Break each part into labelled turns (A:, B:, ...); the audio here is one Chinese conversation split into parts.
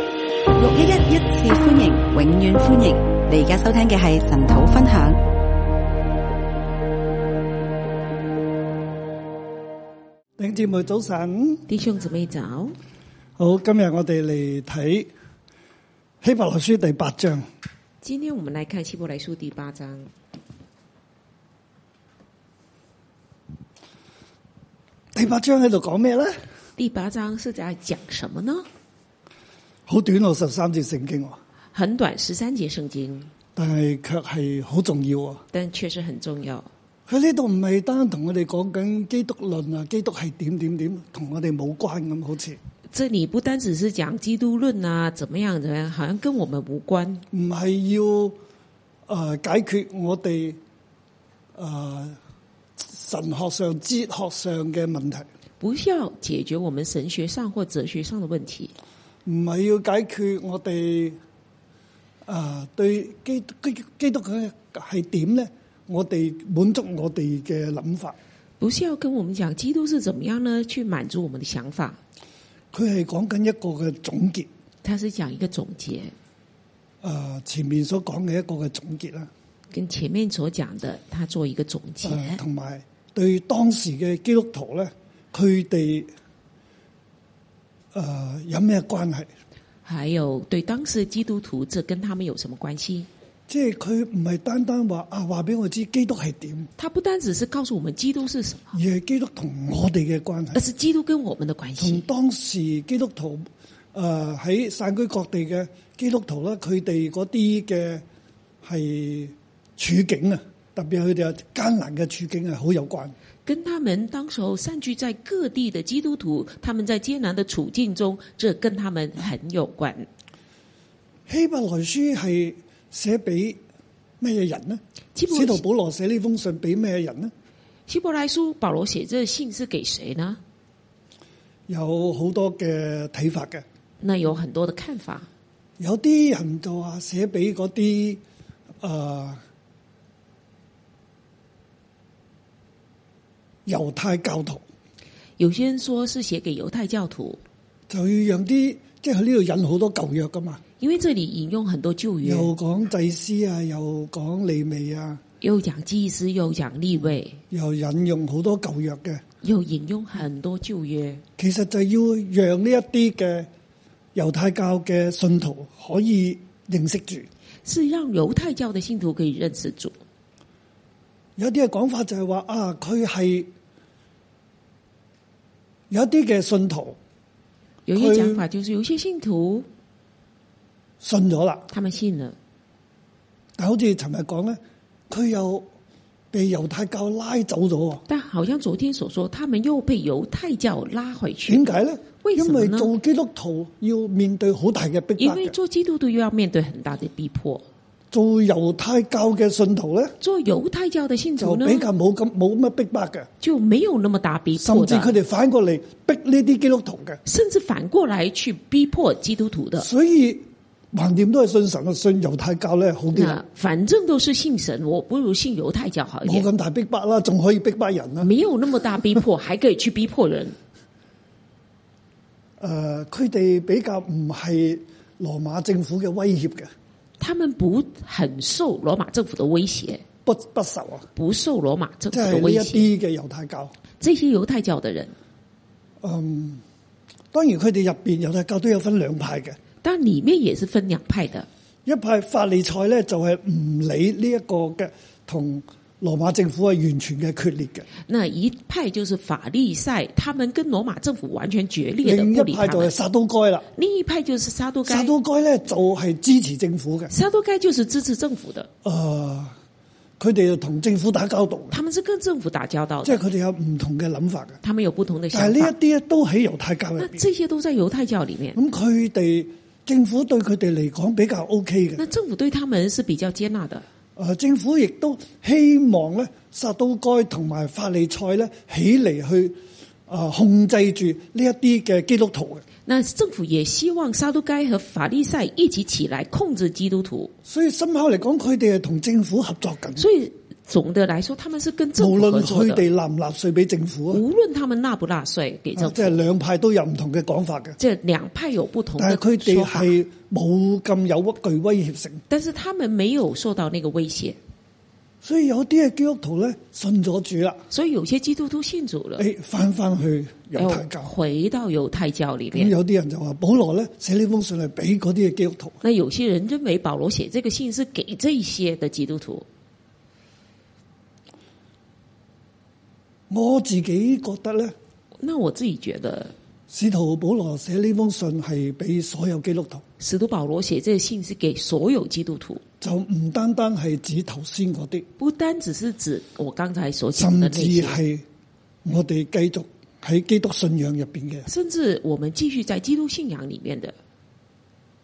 A: 六一一一次歡迎，永遠歡迎！你而家收聽嘅係神土分享。
B: 弟兄姊妹早晨，
C: 弟兄姊妹早，
B: 好，今日我哋嚟睇希伯來書第八章。
C: 今天我们来看希伯来书第八章。
B: 第八章喺度講咩咧？
C: 第八章是在讲什么呢？
B: 好短喎，十三節聖經喎，
C: 很短，十三节圣经，
B: 但係卻係好重要喎。
C: 但确实很重要。
B: 佢呢度唔係單同我哋講緊基督論啊，基督係點點點，同我哋冇關咁，好似
C: 这里不单只是讲基督论啊，怎么样怎么样，好像跟我们无关，
B: 唔係要诶、呃解決我哋诶、呃神學上、哲學上嘅問題，
C: 不需要解决我们神学上或哲学上的问题，
B: 唔係要解決我哋啊、對基督基基督佢係點咧？我哋滿足我哋嘅諗法，
C: 不需要跟我们讲基督是怎么样呢，去满足我们的想法。
B: 佢係講緊一個嘅總結，
C: 它是讲一个总结，
B: 诶、前面所講嘅一個嘅總結啦，
C: 跟前面所讲的，它做一个总结。
B: 誒啊同埋對當時嘅基督徒咧，佢哋诶有咩關係？
C: 还有对当时基督徒，这跟他们有什么关系？
B: 即係佢唔係單單話啊，話俾我知基督係點，
C: 他不单只是告诉我们基督是什么，
B: 而係基督同我哋嘅關係
C: 而。是基督跟我们的关
B: 同
C: 系。
B: 當時基督徒誒喺、散居各地嘅基督徒咧，佢哋嗰啲嘅係處境啊，特別佢哋有艱難嘅處境係好有關。
C: 跟他们当时候散居在各地的基督徒，他们在艰难的处境中，这跟他们很有关。
B: 希伯來書係寫俾咩嘢人呢？
C: 希伯
B: 使徒保羅寫呢封信俾咩人呢？
C: 希伯来书保罗写这信是给谁呢？
B: 有好多嘅睇法嘅，
C: 那有很多的看法。
B: 有啲人就話寫俾嗰啲呃誒猶太教徒。
C: 有些人说是写给犹太教徒，
B: 就要讓啲即係佢呢度引好多舊約噶嘛，
C: 因為这里引用很多旧约，
B: 又講祭司啊，又講利未啊，
C: 又讲祭司，又讲立位，
B: 又引用好多舊約嘅。
C: 又引用很多旧约，
B: 其實就要讓呢一啲嘅猶太教嘅信徒可以認識住。
C: 是让犹太教的信徒可以认识主。
B: 有啲嘅講法就係話啊，佢係有一啲嘅信徒
C: 有一些
B: 佢
C: 讲法就是，有些信徒
B: 信咗啦，
C: 他们信了，
B: 但好似尋日講咧，佢又被猶太教拉走咗喎。
C: 但好像昨天所说，他们又被犹太教拉回去
B: 點。解咧？
C: 為什
B: 因
C: 麼呢
B: 為做基督徒要面對好大嘅逼
C: 因
B: 迫
C: 为
B: 嘅，
C: 做基督徒又要面对很大的逼迫，
B: 做猶太教嘅信徒咧
C: 做猶太教的信
B: 就
C: 徒呢，
B: 比較冇咁冇乜逼迫嘅，
C: 就沒有那麼大逼
B: 甚
C: 迫
B: 至佢
C: 的，
B: 哋反過嚟逼呢啲基督徒嘅，
C: 甚至反過來去逼迫基督徒的。
B: 所以橫掂都係信神啊，信猶太教咧好啲
C: 那
B: 啦，
C: 反正都是信神，我不如信猶太教好一
B: 冇
C: 點，
B: 咁大逼迫啦，仲可以逼迫人啊啦。
C: 沒有那麼大逼迫，還可以去逼迫人。
B: 誒、啊佢哋比較唔係羅馬政府嘅威脅嘅，
C: 他們不很受羅馬政府的威脅，
B: 不不受啊，
C: 不受羅馬政
B: 即
C: 府
B: 係呢
C: 的
B: 一
C: 威脅。
B: 啲嘅猶太教。
C: 這些猶太教的人，
B: 當然佢哋入邊猶太教都有分兩派嘅。
C: 但裡面也是分兩派的。
B: 一派法利賽咧就係唔理呢一個嘅同羅馬政府係完全嘅決裂嘅，
C: 那一派就是法利赛，他們跟羅馬政府完全決裂的，
B: 另
C: 不
B: 一
C: 理
B: 派
C: 他
B: 就係
C: 們。
B: 撒都該啦。
C: 另一派就是撒都
B: 撒
C: 該，
B: 都該咧就係支持政府嘅，
C: 撒都該就是支持政府的，
B: 誒、佢哋就同政府打交道嘅，
C: 他們是跟政府打交道
B: 即係
C: 的，
B: 佢哋有唔同嘅諗法嘅。
C: 他們有不同的想
B: 但係呢
C: 法
B: 一。啲咧都喺猶太教入
C: 那
B: 邊，
C: 這些都在猶太教裡面，
B: 咁佢哋政府對佢哋嚟講比較 O K 嘅。
C: 那政府對他們是比較接納的。
B: 誒、政府亦都希望咧，撒都該同埋法利賽咧起嚟去誒、呃控制住呢一啲嘅基督徒嘅。
C: 那政府也希望撒都該和法利賽一起起來控制基督徒，
B: 所以深刻嚟講，佢哋係同政府合作緊，
C: 所以总的来说，他们是跟政
B: 無
C: 府合
B: 論
C: 作
B: 佢
C: 的，
B: 哋納唔納税俾政府啊，
C: 无论他们纳不纳税给
B: 啊
C: 政
B: 即
C: 府，
B: 係兩派都有唔同嘅講法嘅。
C: 这两派有不同
B: 但
C: 的
B: 係佢
C: 说
B: 哋
C: 法，
B: 係冇咁有具威脅性，
C: 但是他们没有受到那个威胁，
B: 所以有啲嘅基督徒咧信咗主啦，
C: 所以有些基督徒信主了，
B: 誒翻翻去猶
C: 要
B: 太哎教。
C: 回到犹太教里
B: 咁
C: 面。
B: 有啲人就話保羅咧寫呢封信係俾嗰啲嘅基督徒，
C: 那有些人认为保罗写这个信是给这些的基督徒，
B: 我自己覺得咧，
C: 那我自己觉得，
B: 使徒保羅寫呢封信係俾所有基督徒，
C: 使徒保罗写这个信是给所有基督徒，
B: 就唔單單係指頭先嗰啲，
C: 不单只是指我刚才所讲
B: 甚
C: 的那
B: 至
C: 些，
B: 係我哋繼續喺基督信仰入邊嘅，誒、
C: 甚至我们继续在基督信仰里面的，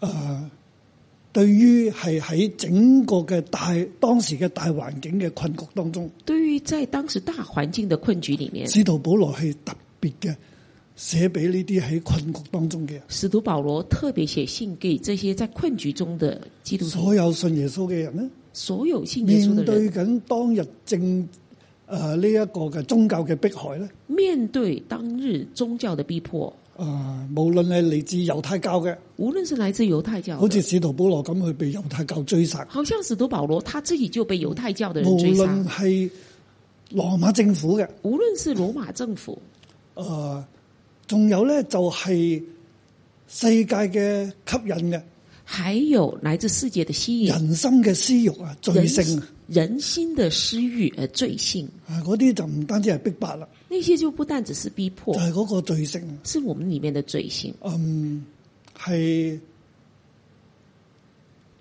B: 啊對於係喺整個嘅大當時嘅大環境嘅困局當中，
C: 对于在当时大环境的困局里面，
B: 使徒保羅係特別嘅寫俾呢啲喺困局當中嘅人，
C: 使徒保罗特别写信给这些在困局中的基督徒，
B: 所有信耶穌嘅人咧。
C: 所有信耶稣的
B: 面對
C: 人，
B: 緊當日政誒呢一個嘅宗教嘅迫害咧，
C: 面对当日宗教的逼迫，
B: 誒、啊無論係嚟自猶太教嘅，
C: 无论是来自犹太教
B: 好似
C: 的，
B: 使徒保羅咁，佢被猶太教追殺；
C: 好像使徒保罗他自己就被犹太教的人
B: 無
C: 追杀，
B: 論係羅馬政府嘅，誒、
C: 无论是罗马政府，
B: 仲有咧就係、世界嘅吸引嘅
C: 嗯还有来自世界的吸引。
B: 人心嘅私欲啊、罪
C: 人
B: 性啊
C: 人心的私欲而罪性，
B: 啊，嗰啲就唔單止係逼迫啦，
C: 那些就不但只是逼迫
B: 就，係、嗰個罪性，啊
C: 是我们里面的罪性，
B: 嗯，係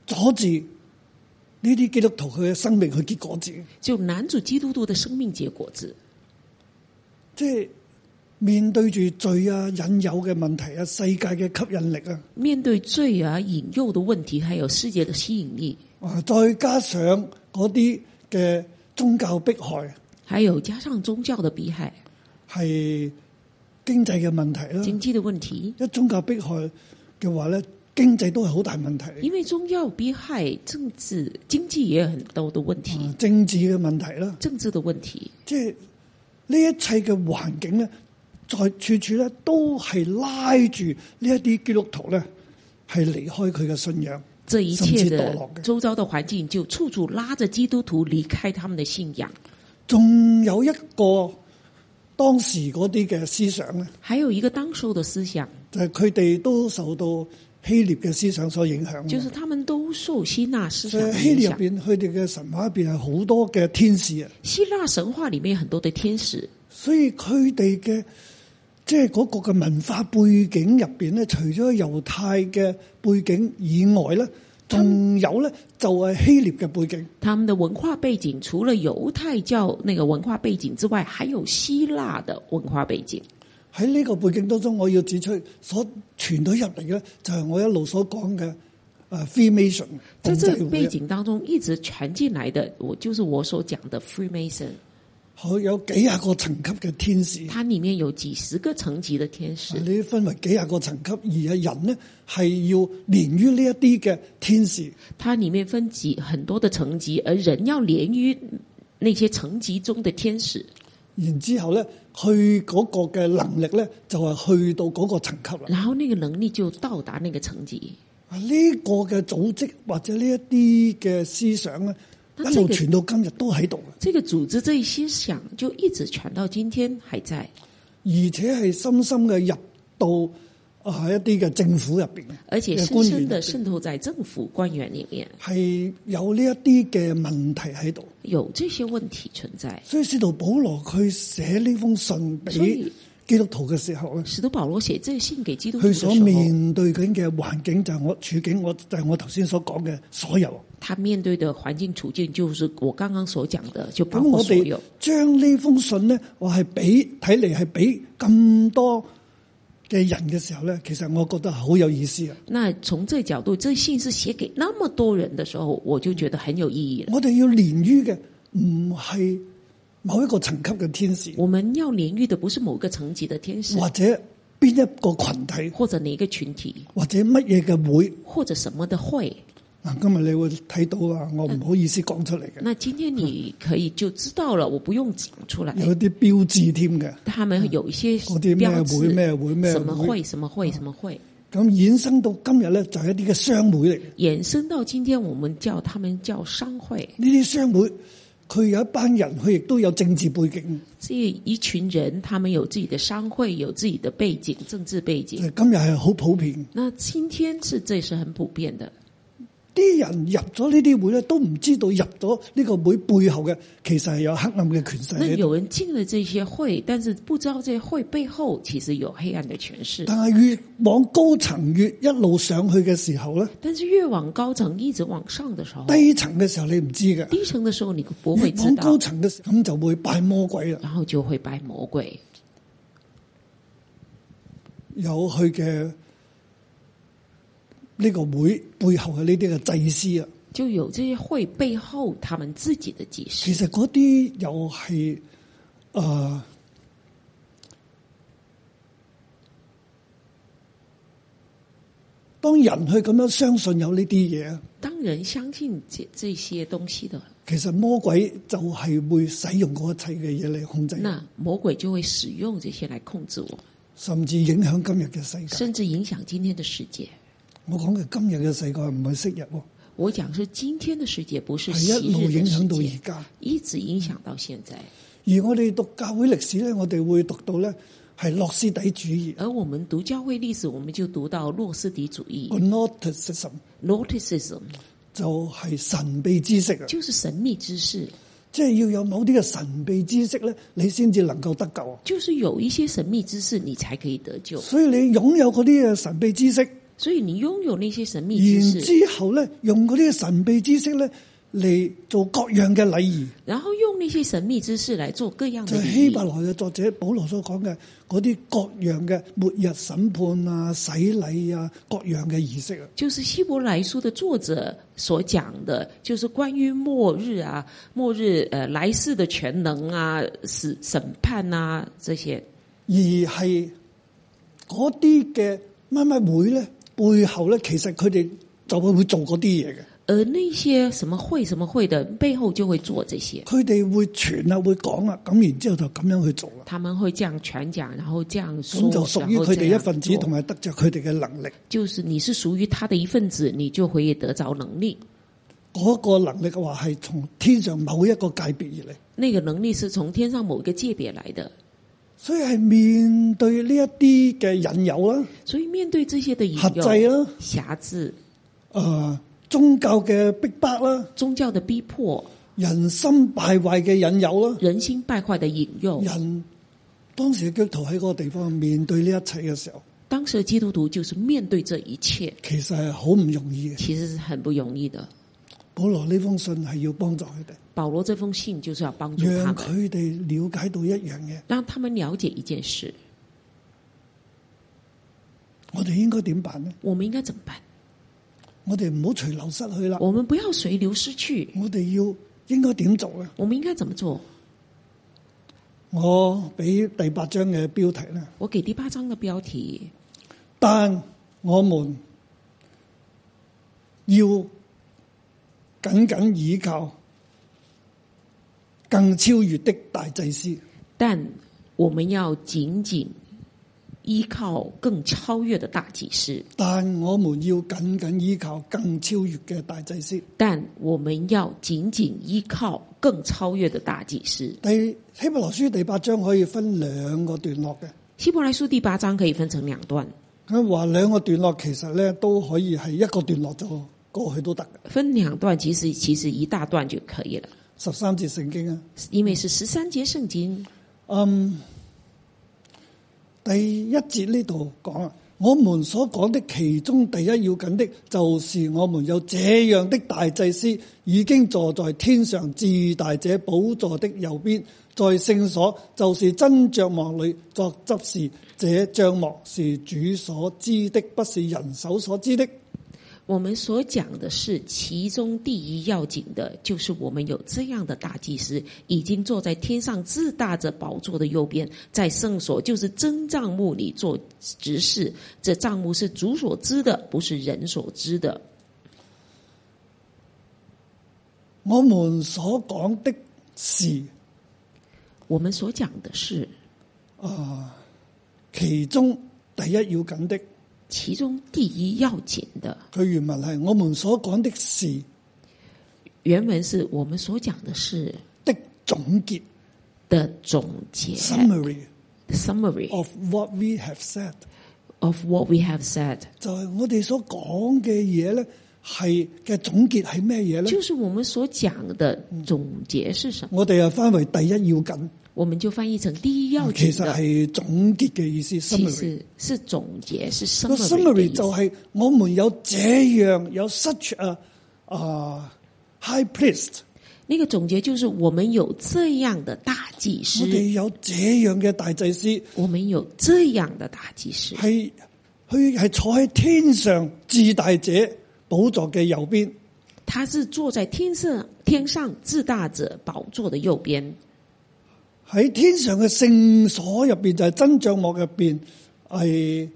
B: 阻止呢啲基督徒佢嘅生命去結果子嘅。
C: 就男主基督徒的生命结果子。
B: 即係面對住罪啊、引誘嘅問題啊、世界嘅吸引力啊，
C: 面对罪啊、引诱的问题，还有世界的吸引力，
B: 啊，再加上嗰啲嘅宗教迫害，
C: 还有加上宗教的迫害、
B: 係經濟嘅問題啦。
C: 经济的问题。
B: 一宗教迫害嘅話咧，經濟都係好大問題，
C: 因为宗教迫害、政治、经济也有很多的问题，
B: 啊政治嘅問題啦，
C: 政治的问题，
B: 即係呢一切嘅環境咧，在處處咧都係拉住呢一啲基督徒咧，係離開佢嘅信仰。
C: 这一切
B: 甚至堕
C: 的
B: 落的
C: 周遭的环境，就处处拉着基督徒离开他们的信仰。
B: 仲有一個當時嗰啲嘅思想咧，
C: 还有一个当受的思想，
B: 就係佢哋都受到希臘嘅思想所影響。
C: 就是他们都受希腊思
B: 嗯
C: 想
B: 所以
C: 的
B: 希
C: 影
B: 臘入
C: 响。
B: 邊，佢哋嘅神話入邊係好多嘅天使啊，
C: 希腊神话里面有很多的天使，
B: 所以佢哋嘅即係嗰個嘅文化背景入邊咧，除咗猶太嘅背景以外咧，仲有咧就係希臘嘅背景。
C: 他们的文化背景除了犹太教那个文化背景之外，还有希腊的文化背景。
B: 喺呢個背景當中，我要指出所傳到入嚟嘅咧，就係我一路所講嘅誒 Freemason
C: 在
B: 共
C: 这
B: 濟
C: 个
B: 會
C: 背
B: 啊
C: 景当中，一直传进来的，我就是我所讲的 Freemason，
B: 佢有幾廿個層級嘅天使，
C: 它里面有幾十个层级的天使，
B: 你分為幾廿個層級，而係人呢係要連於呢一啲嘅天使，
C: 它里面分几很多的层级，而人要连于那些层级中的天使，
B: 然之後呢，佢嗰個嘅能力呢，就係去到嗰個層級啦。
C: 然后那个能力就到达那个层级。
B: 啊呢、個嘅組織或者呢一啲嘅思想呢，一
C: 那
B: 路
C: 這個
B: 傳到今日都喺度嘅，
C: 这个组织这一些想就一直传到今天还在，
B: 而且係深深嘅入到啊一啲嘅政府入邊，
C: 而且
B: 嘅
C: 深
B: 官員
C: 深
B: 入
C: 的
B: 邊
C: 渗透在政府官员里面，
B: 係有呢一啲嘅問題喺度。
C: 有这些问题存在。
B: 所以使徒保羅佢寫呢封信
C: 所
B: 俾
C: 以
B: 基督徒嘅時候咧，
C: 使徒保罗写这个信给基督徒
B: 佢
C: 的时
B: 所
C: 候，
B: 面對緊嘅環境就係我處境，我就係我頭先所講嘅所有。
C: 他面对的环境处境就是我刚刚所讲的，就包
B: 咁
C: 括
B: 我
C: 所
B: 哋
C: 有。
B: 將呢封信咧，話係俾睇嚟係俾咁多嘅人嘅時候咧，其實我覺得好有意思啊！
C: 那从这角度，这信是写给那么多人的时候，我就觉得很有意义了。
B: 我哋要連於嘅唔係某一個層級嘅天使，
C: 我们要联遇的不是某个层级的天使，
B: 或者邊一個群體，
C: 或者哪一个群体，
B: 或者乜嘢嘅會
C: 或者什么的会，
B: 嗱，今日你會睇到啊，我唔好意思講出嚟嘅，
C: 那今天你可以就知道了，我不用讲出来。
B: 有啲標誌添嘅。
C: 他们有一些
B: 嗰啲咩
C: 标
B: 會
C: 志，
B: 咩會咩
C: 什么
B: 會
C: 会什么会什么会，
B: 咁衍生到今日咧，就係一啲嘅商會嚟嘅。
C: 衍生到今天我们叫他们叫商会。
B: 呢啲商會佢有一班人，佢亦都有政治背景。
C: 这一群人，他们有自己的商会，有自己的背景、政治背景。
B: 今日係好普遍，
C: 那今天是这是很普遍的。
B: 啲人入咗呢啲會咧，都唔知道入咗呢個會背後嘅其實係有黑暗嘅權勢
C: 那
B: 喺度。
C: 有人进了这些会，但是不知道这些会背后其实有黑暗的权势。
B: 但係越往高層越一路上去嘅時候咧，
C: 但是越往高层一直往上的时候，
B: 低層嘅時候你唔知嘅，
C: 低层的时候你不会
B: 越
C: 知
B: 往
C: 道
B: 高，層嘅時候咁就會拜魔鬼啦，
C: 然后就会拜魔鬼，
B: 有佢嘅呢個會背後嘅呢啲嘅祭司啊。
C: 就有这些会背后他们自己的解
B: 其
C: 释。
B: 實嗰啲又係呃誒當人去咁樣相信有呢啲嘢，
C: 当人相信这这些东西的，
B: 其實魔鬼就係會使用嗰一切嘅嘢嚟控制人，
C: 那魔鬼就会使用这些来控制我，
B: 甚至影響今日嘅世界。
C: 甚至影响今天的世界。
B: 我講嘅今日嘅世界唔係昔日喎，
C: 我讲是今天的世界，不是昔
B: 係一路
C: 日
B: 哎影
C: 的世
B: 響到
C: 界
B: 而，家。
C: 一直影响到现在。
B: 而我哋讀教會歷史咧，我哋會讀到咧係諾斯底主義
C: 而我们读教会历史，我们就读到诺斯底主义
B: g n o t i c i s m
C: （Gnosticism），
B: 就係神秘知識啊。
C: 就是神秘知识，
B: 即係要有某啲嘅神秘知識咧，你先至能夠得救。啊
C: 就是有一些神秘知识，你才可以得救。
B: 所以你擁有嗰啲嘅神秘知識，
C: 所以你拥有那些神秘知
B: 然
C: 识，
B: 之後咧，用嗰啲嘅神秘知識咧嚟做各樣嘅禮儀，
C: 然后用那些神秘知识来做各样
B: 就
C: 的
B: 係
C: 礼
B: 希
C: 仪
B: 伯來嘅作者保羅所講嘅嗰啲各樣嘅末日審判啊、洗禮啊、各樣嘅儀式啊。
C: 就是希伯来书的作者所讲的，就是关于末日啊、末日呃来世的全能啊、审审判啊这些，
B: 而係嗰啲嘅乜乜會咧，背後咧其實佢哋就會會做嗰啲嘢嘅，
C: 而那些什么会什么会的背后就会做这些，
B: 佢哋會傳啊，會講啊，咁然之後就咁樣去做啦。
C: 他们会这样传讲，然后这样说，
B: 咁就屬於
C: 然后
B: 佢
C: 这
B: 哋一
C: 样
B: 份子，
C: 做
B: 同埋得着佢哋嘅能力。
C: 就是你是属于他的一份子，你就会得着能力。
B: 嗰、個能力嘅話係從天上某一個界別而嚟，
C: 那个能力是从天上某一个界别来的，
B: 所以係面對呢一啲嘅引誘啦、
C: 所以面对这些的引
B: 核制啊
C: 诱、
B: 啦、
C: 瑕疵、
B: 誒、宗教嘅逼迫啦、
C: 宗教的逼迫、
B: 人心敗壞嘅引誘啦，
C: 人心败坏的引诱，
B: 人當時嘅基督徒喺嗰個地方面對呢一切嘅時候，
C: 当时的基督徒就是面对这一切，
B: 其實係好唔容易嘅。
C: 其实是很不容易的。
B: 保羅呢封信係要幫助佢哋，
C: 保罗这封信就是要帮助他
B: 讓
C: 们，
B: 佢哋了解到一樣嘢，
C: 让他们了解一件事：
B: 我哋應該點辦呢？
C: 我们应该怎么办？
B: 我哋唔好隨流失去啦，
C: 我们不要随流失去，
B: 我哋要應該點做啊咧？
C: 我们应该怎么做？
B: 我俾第八章嘅標題咧，
C: 我给第八章的标题：
B: 但我們要緊緊倚靠更超越的大祭司。
C: 但我们要紧紧依靠更超越的大祭司，
B: 但我們要緊緊依靠更超越嘅大祭司。
C: 但我们要紧紧依靠更超越的大祭司。
B: 第希伯來書第八章可以分兩個段落嘅，
C: 希伯来书第八章可以分成两段，
B: 佢話兩個段落其實咧都可以係一個段落就過去都得嘅。
C: 分两段其实其实一大段就可以了，
B: 十三節聖經啊。
C: 因为是十三节圣经。
B: 嗯，第一節呢度講啊，我們所講的其中第一要緊的，就是我們有這樣的大祭司，已經坐在天上至大者寶座的右邊，在聖所就是真帳幕裏作執事。這帳幕是主所知的，不是人手所知的。
C: 我们所讲的是其中第一要紧的，就是我们有这样的大祭司，已经坐在天上自大者宝座的右边，在圣所就是真账目里做执事。这账目是主所知的，不是人所知的。
B: 我們所講的事，
C: 我们所讲的事，
B: 其中第一要緊的，
C: 其中第一要紧的，
B: 佢原文係我們所講的事
C: 原文是我们所讲的事
B: 的總結
C: 的总结
B: （summary
C: （summary
B: of what we have said）。
C: of what we have said），
B: 就係我哋所講嘅嘢咧，係嘅總結係咩嘢咧？
C: 就是我们所讲的总结是什么？
B: 我哋啊翻為第一要緊，
C: 我们就翻译成第一要
B: 其
C: 紧
B: 實
C: 的，
B: 係總結嘅意思。
C: 哦其
B: summary
C: 实是總結，是
B: 個
C: summary 的
B: summary
C: 意思
B: 就係我們有這樣有 such a 啊、high priest，
C: 那个总结就是我们有这样的大祭
B: 我哋
C: 司，
B: 有這樣嘅大祭司，
C: 我们有这样的大祭司，
B: 係佢係坐喺天上至大者寶座嘅右邊，
C: 他是坐在天上天上至大者宝座的右边，
B: 喺天上嘅聖所入边就係真帳幕入边係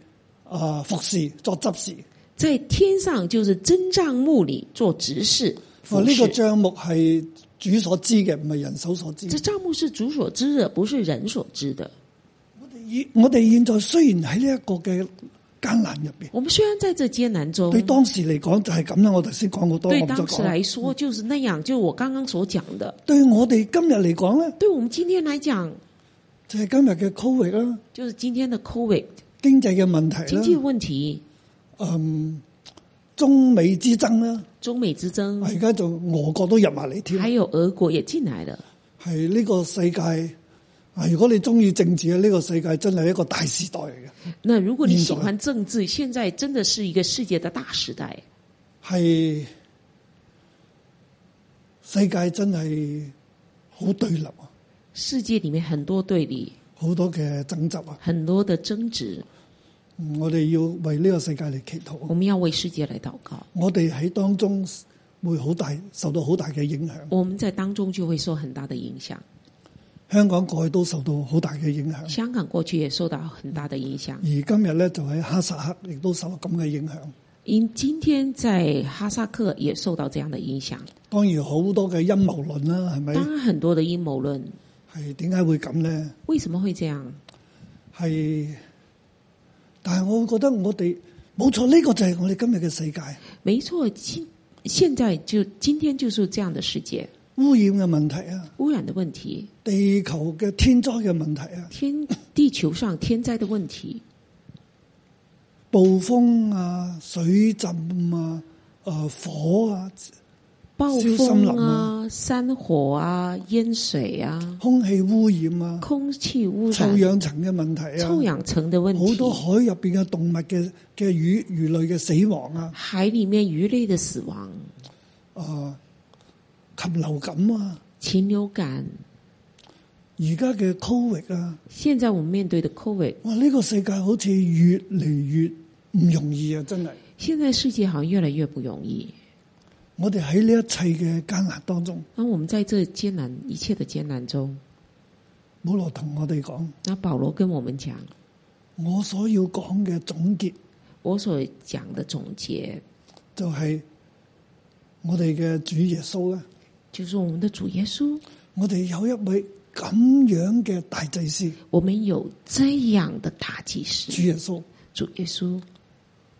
B: 啊服侍作執事。
C: 在天上就是真帐幕里做执事
B: 哦，
C: 服
B: 呢、個
C: 侍。
B: 帳目係主所知嘅，唔係人手所知。
C: 这帐幕是主所知的，不是人所知的。
B: 我哋現我哋現在雖然喺呢一個嘅艱難入邊，
C: 我們虽然在这艰难中，
B: 對當時嚟講就係咁啦。我頭先講好多，我
C: 对
B: 唔再
C: 当嗯時
B: 講。
C: 来说就是那样，就是我刚刚所讲的。
B: 對我哋今日嚟講咧，
C: 对我们今天来讲，
B: 就係、今日嘅 Covid 啦，
C: 就是今天的 COVID
B: 經濟嘅問題
C: 经济
B: 啦，
C: 问题、
B: 嗯，中美之爭啦，啊
C: 中美之争，
B: 而家就俄國都入埋嚟添
C: 还，有俄国也進來了。
B: 係呢個世界。啊！如果你中意政治嘅呢、個世界真係一個大時代嚟嘅，
C: 那如果你喜欢政治，现在真的是一个世界的大时代，
B: 係世界真係好對立啊！
C: 世界里面很多对立，
B: 好多嘅爭執啊！
C: 很多的争执，
B: 嗯我哋要為呢個世界嚟祈
C: 我
B: 禱，
C: 们要为世界来祷告。
B: 我哋喺當中會好大受到好大嘅影響。
C: 我们在当中就会受很大的影响，
B: 香港過去都受到好大嘅影響，
C: 香港过去也受到很大的影响
B: 而。今日咧就喺哈薩克亦都受到咁嘅影響。
C: 因今天在哈萨克也受到這樣的影响，
B: 當然好多嘅陰謀論啦，係咪？
C: 当然很多的阴谋论，
B: 係點解會咁呢？
C: 为什么会这样？
B: 係，但係我會覺得我哋冇錯，呢、個就係我哋今日嘅世界
C: 没错，今现在就今天就是这样的世界，
B: 污染嘅問題啊，
C: 污染的问题，
B: 地球嘅天災嘅問題啊。
C: 天地球上天灾的问题，
B: 暴風啊、水浸啊、誒、火啊、
C: 暴
B: 烧森林
C: 风
B: 啊
C: 啊、山火啊、淹水啊、
B: 空氣污染啊、
C: 空气污
B: 臭
C: 染、
B: 氧層嘅問題
C: 臭
B: 啊，
C: 氧层的问
B: 好
C: 题，
B: 多海入邊嘅動物嘅嘅魚魚類嘅死亡啊、
C: 海里面鱼类的死亡、
B: 誒呃禽流感啊、
C: 禽流感。
B: 而家嘅 Covid 啊，
C: 现在我们面对的 COVID，
B: 哇！呢、個世界好似越嚟越唔容易啊，真係。
C: 现在世界好像越来越不容易。
B: 我哋喺呢一切嘅艱難當中，
C: 那我们在这艰难一切的艰难中，
B: 保羅同我哋講，
C: 那保罗跟我们讲，
B: 我所要講嘅總結
C: 我所讲的总结，
B: 就係我哋嘅主耶穌咧。
C: 就是我们的主耶稣，
B: 我哋有一位咁樣嘅大祭司，
C: 我们有这样的大祭司，
B: 主耶穌，
C: 主耶稣，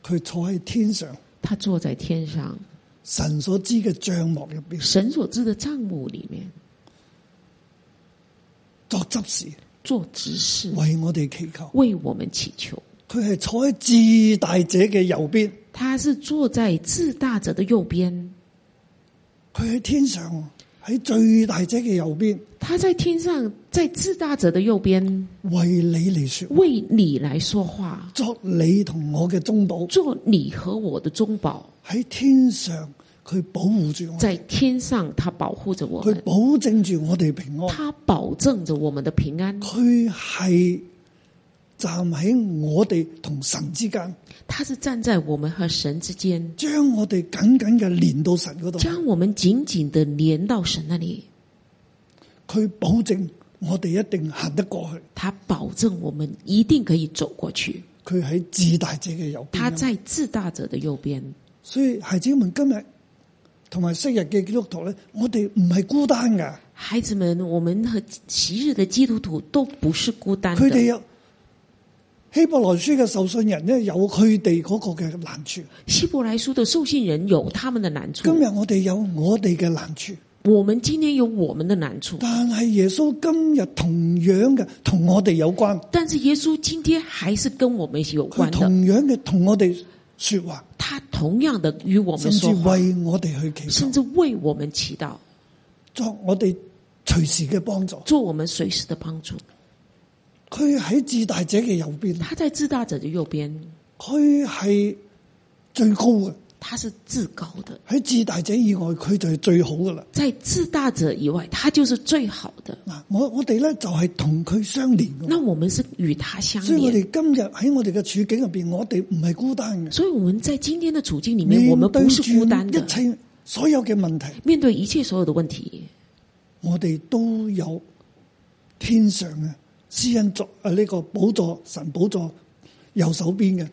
B: 佢坐喺天上
C: 他坐在天上，
B: 神所知嘅帳幕入边
C: 神所知的帐幕里面
B: 作執事，
C: 做执事，
B: 為我哋祈求。
C: 为我们祈求。
B: 佢係坐喺至大者嘅右邊，
C: 他是坐在至大者的右边，
B: 佢喺天上喎喺最大者嘅右邊，
C: 他在天上，在至大者的右边
B: 為你嚟说話，
C: 为你来说话，
B: 作你同我嘅中保。
C: 做你和我的中保。
B: 喺天上，佢保護住我，
C: 在天上，他保护着我
B: 佢
C: 们，
B: 保證住我哋平安。
C: 他保证着我们的平安，
B: 佢係站喺我哋同神之間。
C: 他是站在我们和神之间，
B: 將我哋緊緊嘅連到神嗰度，
C: 将我们紧紧的连到神那里。
B: 佢保證我哋一定行得過去。
C: 他保证我们一定可以走过去。
B: 佢喺至大者嘅右
C: 他
B: 邊啊。
C: 在至大者的右边，
B: 所以孩子們今日同埋昔日嘅基督徒咧，我哋唔係孤單㗎，
C: 孩子们，我们和昔日的基督徒都不是孤单
B: 佢哋
C: 的。
B: 有希伯來書嘅受信人咧，有佢哋嗰個嘅難處。
C: 希伯来书的受信人有他们的难
B: 今
C: 处
B: 日，我哋有我哋嘅難處，
C: 我们今天有我们的难处，
B: 但係耶穌今日同樣嘅同我哋有關，
C: 但是耶稣今天还是跟我们有
B: 佢
C: 关的，
B: 同樣嘅同我哋说話，
C: 他同样的与我
B: 甚
C: 们
B: 至
C: 说话，
B: 為我哋去祈
C: 甚
B: 禱，
C: 至为我们祈祷，
B: 作我哋隨時嘅幫助。
C: 做我们随时的帮助。
B: 佢喺至大者嘅右邊，
C: 他在自大者的右边，
B: 佢係最高嘅。
C: 他是至高的；
B: 喺至大者以外，佢就係最好噶啦。
C: 在自大者以外，他就是最好的。
B: 嗱，我我哋咧就係同佢相連嘅，
C: 那我们是与他相
B: 所以我
C: 连。
B: 哋今日喺我哋嘅處境入边，我哋唔係孤單嘅。
C: 所以我们在今天的处境里面，我
B: 面
C: 们
B: 對
C: 不是孤单
B: 住
C: 的
B: 一。切所有嘅問題，
C: 面对一切所有的问题，
B: 我哋都有天上嘅施恩座啊呢個寶座神寶座右手邊嘅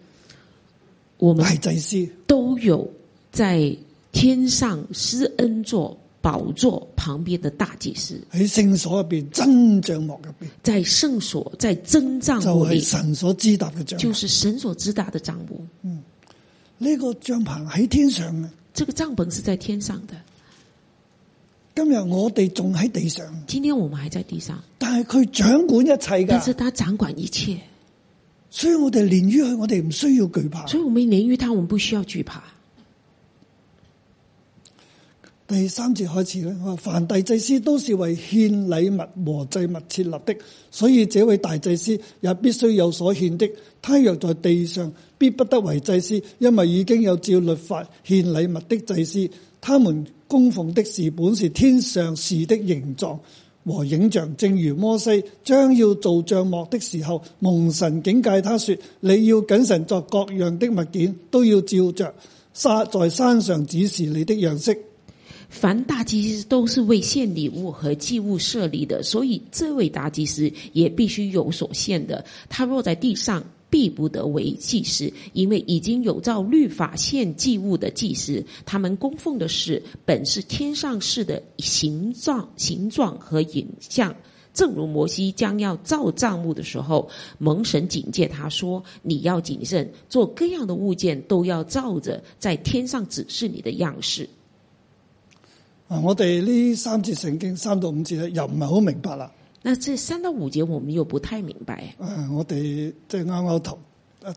C: 我们
B: 大祭司，
C: 都有在天上施恩座宝座旁边的大祭司，
B: 喺聖所入边真帳幕入边，
C: 在圣所，在真帐
B: 就
C: 幕
B: 係
C: 里，
B: 神所支搭嘅帳
C: 嗯就
B: 幕。
C: 是神所知大的帐幕。
B: 呢、個帳棚喺天上嘅，
C: 这个帐篷是在天上的，
B: 今日我哋仲喺地上，
C: 今天我们还在地上，
B: 但係佢掌管一切
C: 但是
B: 噶，
C: 他掌管一切，
B: 所以我哋連於佢，我哋唔需要懼怕。
C: 所以我们连于他，我们不需要惧怕。
B: 第三節開始咧，我話凡大祭司都是為獻禮物和祭物設立的，所以這位大祭司也必須有所獻的。他若在地上，必不得為祭司，因為已經有照律法獻禮物的祭司。他們供奉的是本是天上事的形狀和影像，正如摩西將要做帳幕的時候，蒙神警戒他說：你要謹慎作各樣的物件，都要照着沙在山上指示你的樣式。
C: 凡大祭司都是为献礼物和祭物设立的，所以这位大祭司也必须有所献的。他若在地上，必不得为祭司，因为已经有照律法献祭物的祭司，他们供奉的是本是天上事的形状、形状和影像。正如摩西将要造帐幕的时候，蒙神警戒他说：“你要谨慎，做各样的物件都要照着在天上指示你的样式。”
B: 啊，我哋呢三節聖經三到五節咧，又唔係好明白啦。
C: 那这三到五节我们又不太明白，
B: 啊，我哋即係拗拗頭，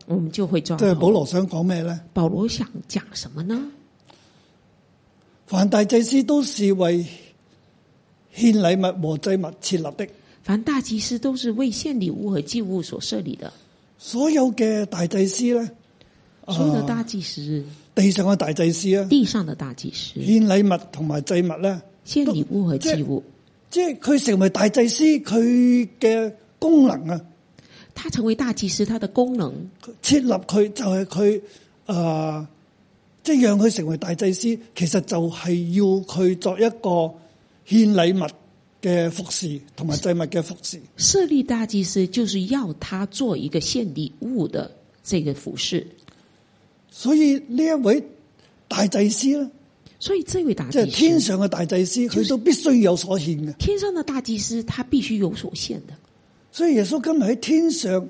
C: 我们就会抓
B: 即係呃保
C: 头。
B: 羅想講咩咧？
C: 保罗想讲什么呢？
B: 凡大祭司都是為獻禮物和祭物設立的，
C: 凡大祭司都是为献礼物和祭物所设立的，
B: 所有嘅大祭司咧，啊
C: 所有的大祭司，
B: 地上嘅大祭司啊，
C: 地上的大祭司，
B: 獻禮物同埋祭物咧，
C: 献礼物和祭物，
B: 即係佢成為大祭司佢嘅功能啊，
C: 他成为大祭司，他的功能
B: 佢設立佢就係佢啊，即係讓佢成為大祭司，其實就係要佢作一個獻禮物嘅服侍，同埋祭物嘅服侍。
C: 设立大祭司就是要他做一个献礼物的这个服饰。
B: 所以呢一位大祭司咧，
C: 所以这位大
B: 即係
C: 祭
B: 天
C: 司，
B: 上嘅大祭司，佢都必須有所獻嘅。
C: 天上的大祭司他必须有所献的，
B: 所以耶穌今日喺天上，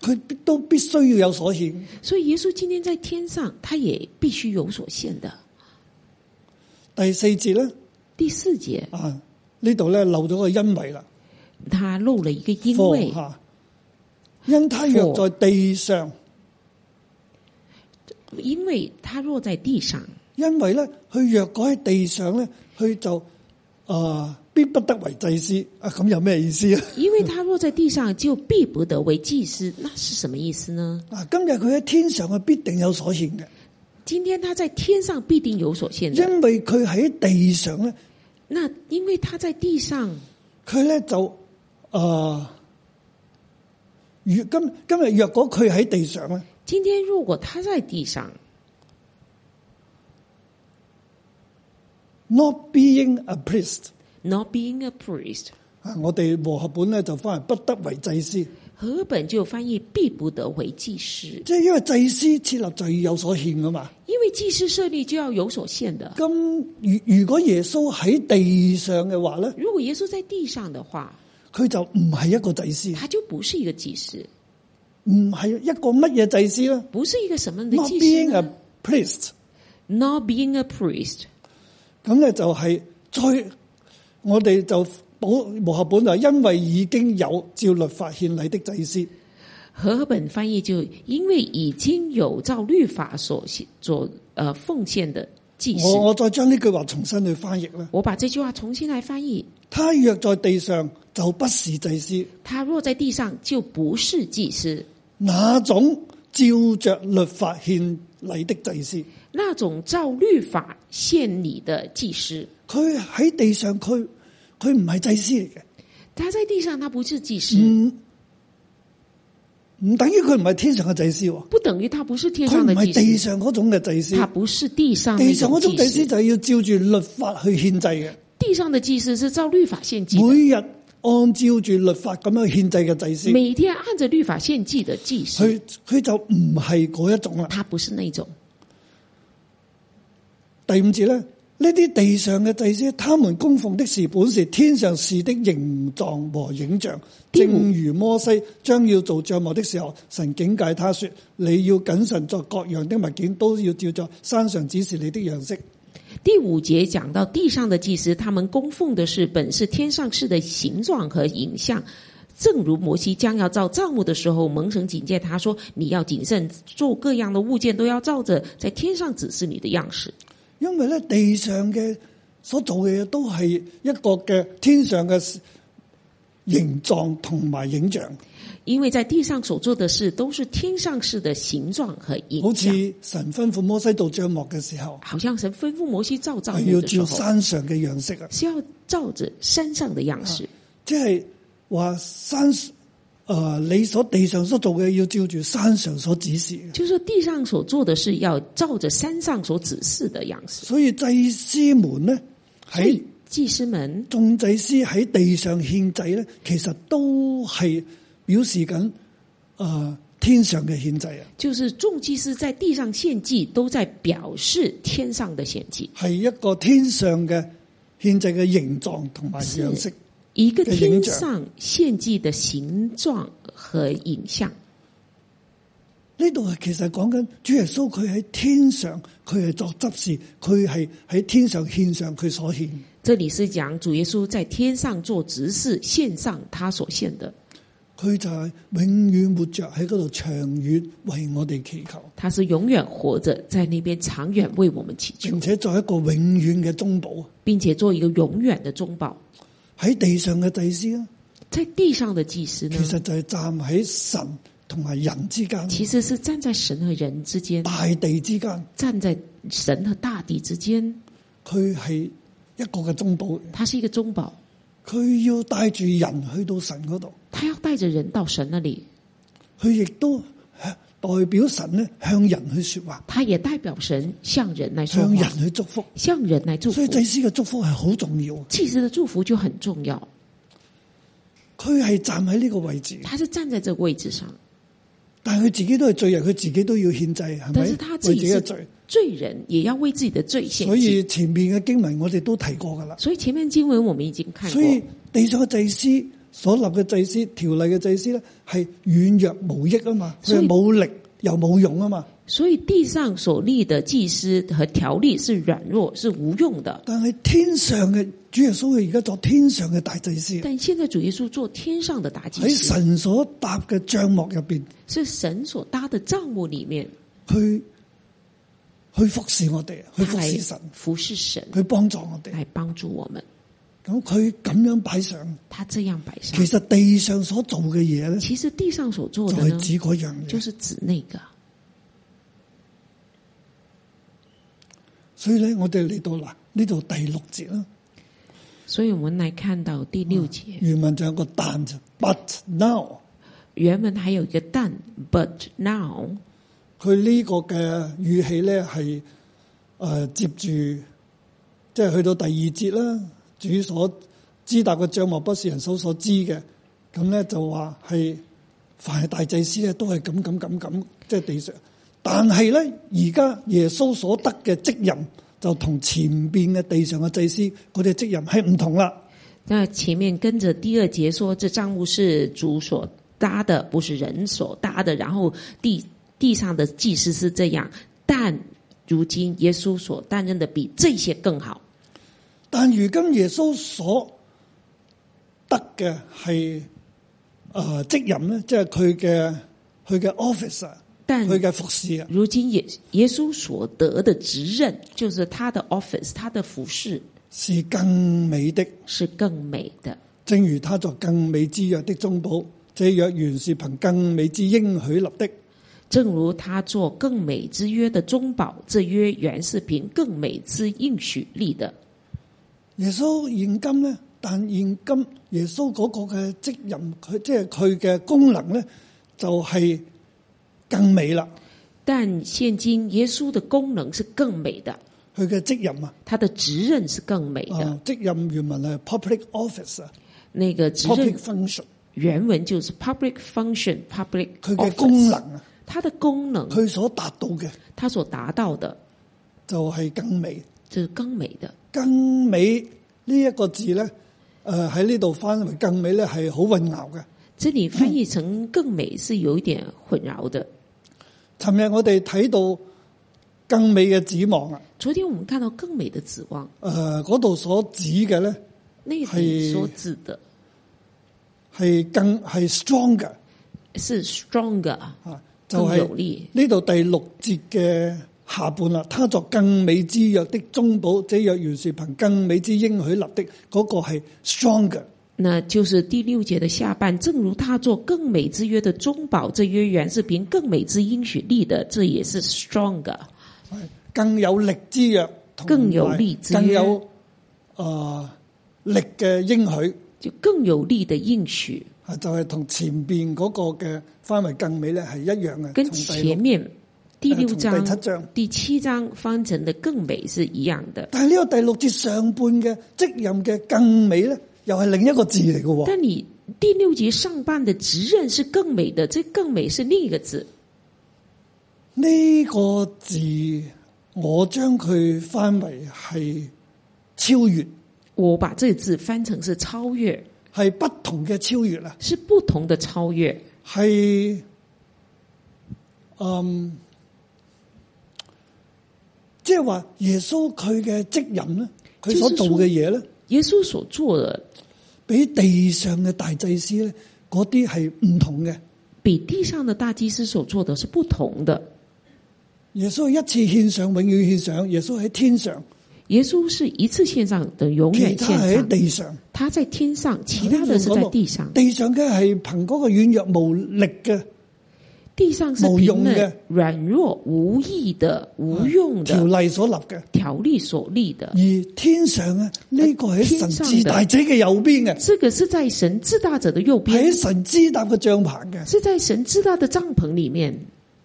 B: 佢必都必須要有所獻。
C: 所以耶稣今天在天上，他也必须有所献的。
B: 第四節咧，
C: 第四节，
B: 啊呢度咧漏咗個因為啦，
C: 他漏了一个因
B: for，
C: 为，
B: 嚇因他若在地上。
C: 因为他落在地上，
B: 因為咧，佢若果喺地上咧，佢就啊、呃必不得為祭司啊！咁有咩意思啊？
C: 因为他落在地上就必不得为祭司，那是什么意思呢？
B: 啊，今日佢喺天上，佢必定有所獻嘅，
C: 今天他在天上必定有所限的，
B: 因為佢喺地上咧，
C: 那因为他在地上，
B: 佢咧就啊、呃如今今日若果佢喺地上咧，
C: 今天如果他在地上
B: not being a priest
C: ，not being a priest，
B: 啊，我哋和合本咧就翻嚟不得為祭司，
C: 和和本就翻译必不得为祭司，
B: 即係因為祭司設立就要有所獻噶嘛。
C: 因为祭司设立就要有所限的。
B: 咁如如果耶穌喺地上嘅話咧，
C: 如果耶稣在地上的话，
B: 佢就唔係一個祭司，
C: 他就不是一个祭司，
B: 唔係一個乜嘢祭司咧
C: 不是一个什么的
B: ？Not
C: 祭司
B: being
C: 呢
B: a priest，
C: ？Not being a priest，
B: 咁咧就係再我哋就保無合本就因為已經有照律法獻禮的祭司，
C: 和本翻译就因为已经有照律法所献所呃奉献的祭司
B: 我。我再將呢句話重新去翻譯啦。
C: 我把这句话重新来翻译：
B: 他若在地上就不是祭司，
C: 他若在地上，就不是祭司。
B: 那種照着律法獻禮的祭司，
C: 那种照律法献礼的祭司，
B: 佢喺地上佢佢唔係祭司嚟嘅。
C: 他在地上他不是祭司，
B: 嗯唔等於佢唔係天上嘅祭司喎，
C: 不等于他不是天
B: 佢
C: 上
B: 唔
C: 的
B: 係地
C: 祭司，
B: 上嗰種嘅祭司
C: 他。不是地上
B: 地
C: 那
B: 上嗰
C: 种
B: 種祭
C: 祭
B: 司
C: 司。
B: 就要照住律法去獻祭嘅，
C: 地上的祭司是照律法献祭的，
B: 每日按照住律法咁樣獻祭嘅祭司，
C: 每天按着律法献祭的祭司，
B: 佢佢就唔係嗰一種啦。
C: 他不是那种。
B: 第五節咧，呢啲地上嘅祭司，他們供奉的是本是天上事的形狀和影像，
C: 第五
B: 正如摩西將要做帳幕的時候，神警戒他說：你要謹慎作各樣的物件，都要照着山上指示你的樣式。
C: 第五节讲到地上的祭司，他们供奉的是本是天上事的形状和影像。正如摩西将要造帐幕的时候，蒙神警戒他说：“你要谨慎，做各样的物件都要照着在天上指示你的样式。
B: 因為咧地上嘅所做嘅嘢都係一個嘅天上嘅形狀同埋影像，
C: 因为在地上所做的事都是天上事的形状和
B: 好
C: 影像。”
B: 似神吩咐摩西做帳幕嘅時候，
C: 好像神吩咐摩西造帐
B: 係
C: 幕
B: 要
C: 的时
B: 照
C: 候，
B: 山上嘅樣式啊，
C: 是要照着山上的样式。
B: 即係話山誒、呃你所地上所做嘅要照住山上所指示嘅，
C: 就是说地上所做的事要照着山上所指示的样式。
B: 所以祭司們咧
C: 所以
B: 喺
C: 祭司们
B: 眾祭司喺地上獻祭咧，其實都係表示緊誒、呃天上嘅獻祭啊。
C: 就是众祭司在地上献祭，都在表示天上的献祭，
B: 系一個天上嘅獻祭嘅形狀同埋樣式，
C: 一个
B: 的影
C: 天
B: 像
C: 上献祭的形状和影像。
B: 呢度係其實講緊主耶穌佢喺天上，佢係作執事，佢係喺天上獻上佢所獻。
C: 这里是讲主耶稣在天上做执事，献上他所献的，
B: 佢就係永遠活着喺嗰度，長遠為我哋祈求，
C: 他是永远活着，在那边长远为我们祈求
B: 並，且作一個永遠嘅中保
C: 并且做一个永远的中保。
B: 喺地上嘅祭司啦。
C: 在地上的祭司
B: 其
C: 呢，
B: 實就係站喺神同埋人之間，
C: 其实是站在神和人之间，
B: 大地之間，
C: 站在神和大地之间，
B: 佢係一個嘅中保，
C: 他是一个中保，
B: 佢要帶住人去到神嗰度。
C: 他要带着人到神那里。
B: 佢亦都呃代表神咧向人去说話，
C: 他也代表神向人来说
B: 向
C: 话，
B: 人去祝福。
C: 向人来祝福
B: 所以。祭司嘅祝福係好重要，
C: 祭司的祝福就很重要，
B: 佢係站喺呢個位置，
C: 他是站在这个位置上，
B: 但係佢自己都係罪人，佢自己都要獻祭，係咪？
C: 但是他自
B: 為
C: 己
B: 己嘅
C: 是
B: 罪，
C: 罪人，也要为自己的罪献
B: 所
C: 祭。
B: 以前面嘅經文我哋都提過噶啦。
C: 所以前面经文我们已经看
B: 所
C: 过，
B: 以地上嘅祭司所立嘅祭司條例嘅祭司咧係軟弱無益啊嘛，佢
C: 所
B: 係
C: 以
B: 冇力又冇用啊嘛。
C: 所以地上所立的祭司和条例是软弱，是无用的。
B: 但係天上嘅主耶穌佢而家作天上嘅大祭司，
C: 但现在主耶稣做天上的大祭
B: 喺
C: 司，
B: 哎神所搭嘅帳幕入邊。
C: 是神所搭的帐幕里面，
B: 去去服侍我哋，去
C: 他
B: 服
C: 来
B: 侍神，
C: 服侍神，
B: 去幫助我哋。
C: 来帮助我们。
B: 咁佢咁樣擺上，
C: 他这样摆上
B: 其，實地上所做嘅嘢咧，
C: 其实地上所做
B: 就
C: 的
B: 係
C: 呢，
B: 指嗰樣
C: 就
B: 嘢。
C: 是指那个。
B: 所以咧，我哋嚟到嗱呢度第六節啦，
C: 所以我们来看到第六节，
B: 原文就有個但字，but now
C: 原文还有一个但，but now，
B: 佢呢個嘅語氣咧係誒接住，即係去到第二節啦。主所知達嘅帳幕不是人手所知嘅，咁咧就話係凡係大祭司咧都係咁咁咁咁，即係地上。但係咧，而家耶穌所得嘅職任就同前邊嘅地上嘅祭司佢哋職任係唔同啦。
C: 那前面跟着第二节说，这帐幕是主所搭的，不是人所搭的。然后地地上的祭司是这样，但如今耶稣所担任的比这些更好。
B: 但如今耶穌所得嘅係啊職任咧，即係佢嘅佢嘅 officer，
C: 但
B: 佢嘅服侍啊。
C: 如今耶耶穌所得的職任，就是他的 office，他的服饰
B: 是更美的，
C: 是更美的。
B: 正如他作更美之約的中保，這約原是憑更美之應許立的。
C: 正如他做更美之约的中保，这约原是凭更美之应许立的。
B: 耶穌現今呢，但現今耶穌嗰個嘅職任，佢即係佢嘅功能呢，就係、更美啦。
C: 但现今耶稣的功能是更美的，
B: 佢嘅職任啊，
C: 他的职任是更美的。
B: 啊職任原文係 public office 啊
C: 那个职
B: ，public
C: 任
B: function，
C: 原文就是 public function public
B: 佢
C: office
B: 嘅功能，啊，
C: 他的功能，
B: 佢所達到嘅
C: 他所达到的
B: 就係更美。
C: 就是更美的。
B: 更美呢一個字呢，誒喺呢度翻為更美呢係好混淆嘅。
C: 这里翻译成更美是有一点混淆的。
B: 尋日我哋睇到更美嘅指望啊，
C: 昨天我们看到更美的指望，
B: 誒嗰度所指嘅咧
C: 那里所指的
B: 係更係 stronger
C: 是 stronger，
B: 啊，就
C: 更有
B: 係
C: 力。
B: 呢度第六節嘅下半啦。他作更美之約的中保，這約原是憑更美之應許立的，嗰、個係 stronger。
C: 那就是第六节的下半，正如他做更美之约的中保，这约原是凭更美之应许立的，这也是 stronger，
B: 更有力之約，同埋
C: 更有力之約
B: 更有呃力嘅應許，
C: 就更有力的应许，
B: 啊就係、同前邊嗰個嘅翻為更美咧係一樣嘅。
C: 跟
B: 從第
C: 前面第
B: 六呃
C: 六
B: 從
C: 章
B: 第、七章。
C: 第七章翻成的更美是一样的。
B: 但係呢個第六節上半嘅職任嘅更美咧，又係另一個字嚟嘅喎。
C: 但你第六节上半的职任是更美的，这更美是另一个字。
B: 呢、個字我將佢翻為係超越，
C: 我把这个字翻成是超越，
B: 係不同嘅超越啦，
C: 是不同的超越，
B: 係嗯，即係話耶穌佢嘅職任咧，佢所做嘅嘢咧，
C: 耶穌所做的
B: 比地上嘅大祭司咧，嗰啲係唔同嘅。
C: 比地上的大祭司所做的是不同的。
B: 耶穌一次獻上，永遠獻上；耶穌喺天上。
C: 耶穌是一次献上的，永
B: 其
C: 远
B: 他
C: 献
B: 係喺
C: 上。
B: 地上，
C: 他在天上，其他的是在地上。
B: 地上嘅係憑嗰個軟弱無力嘅
C: 地上是
B: 冇用
C: 凭
B: 嘅
C: 了软弱無益的、無用
B: 條
C: 的
B: 例所立嘅，
C: 条例所立的。
B: 而天上咧呢、個喺神至大者嘅右邊嘅，
C: 这个是在神至大者的右边，
B: 喺神之搭嘅帳棚嘅。
C: 是在神至大的帐篷里面。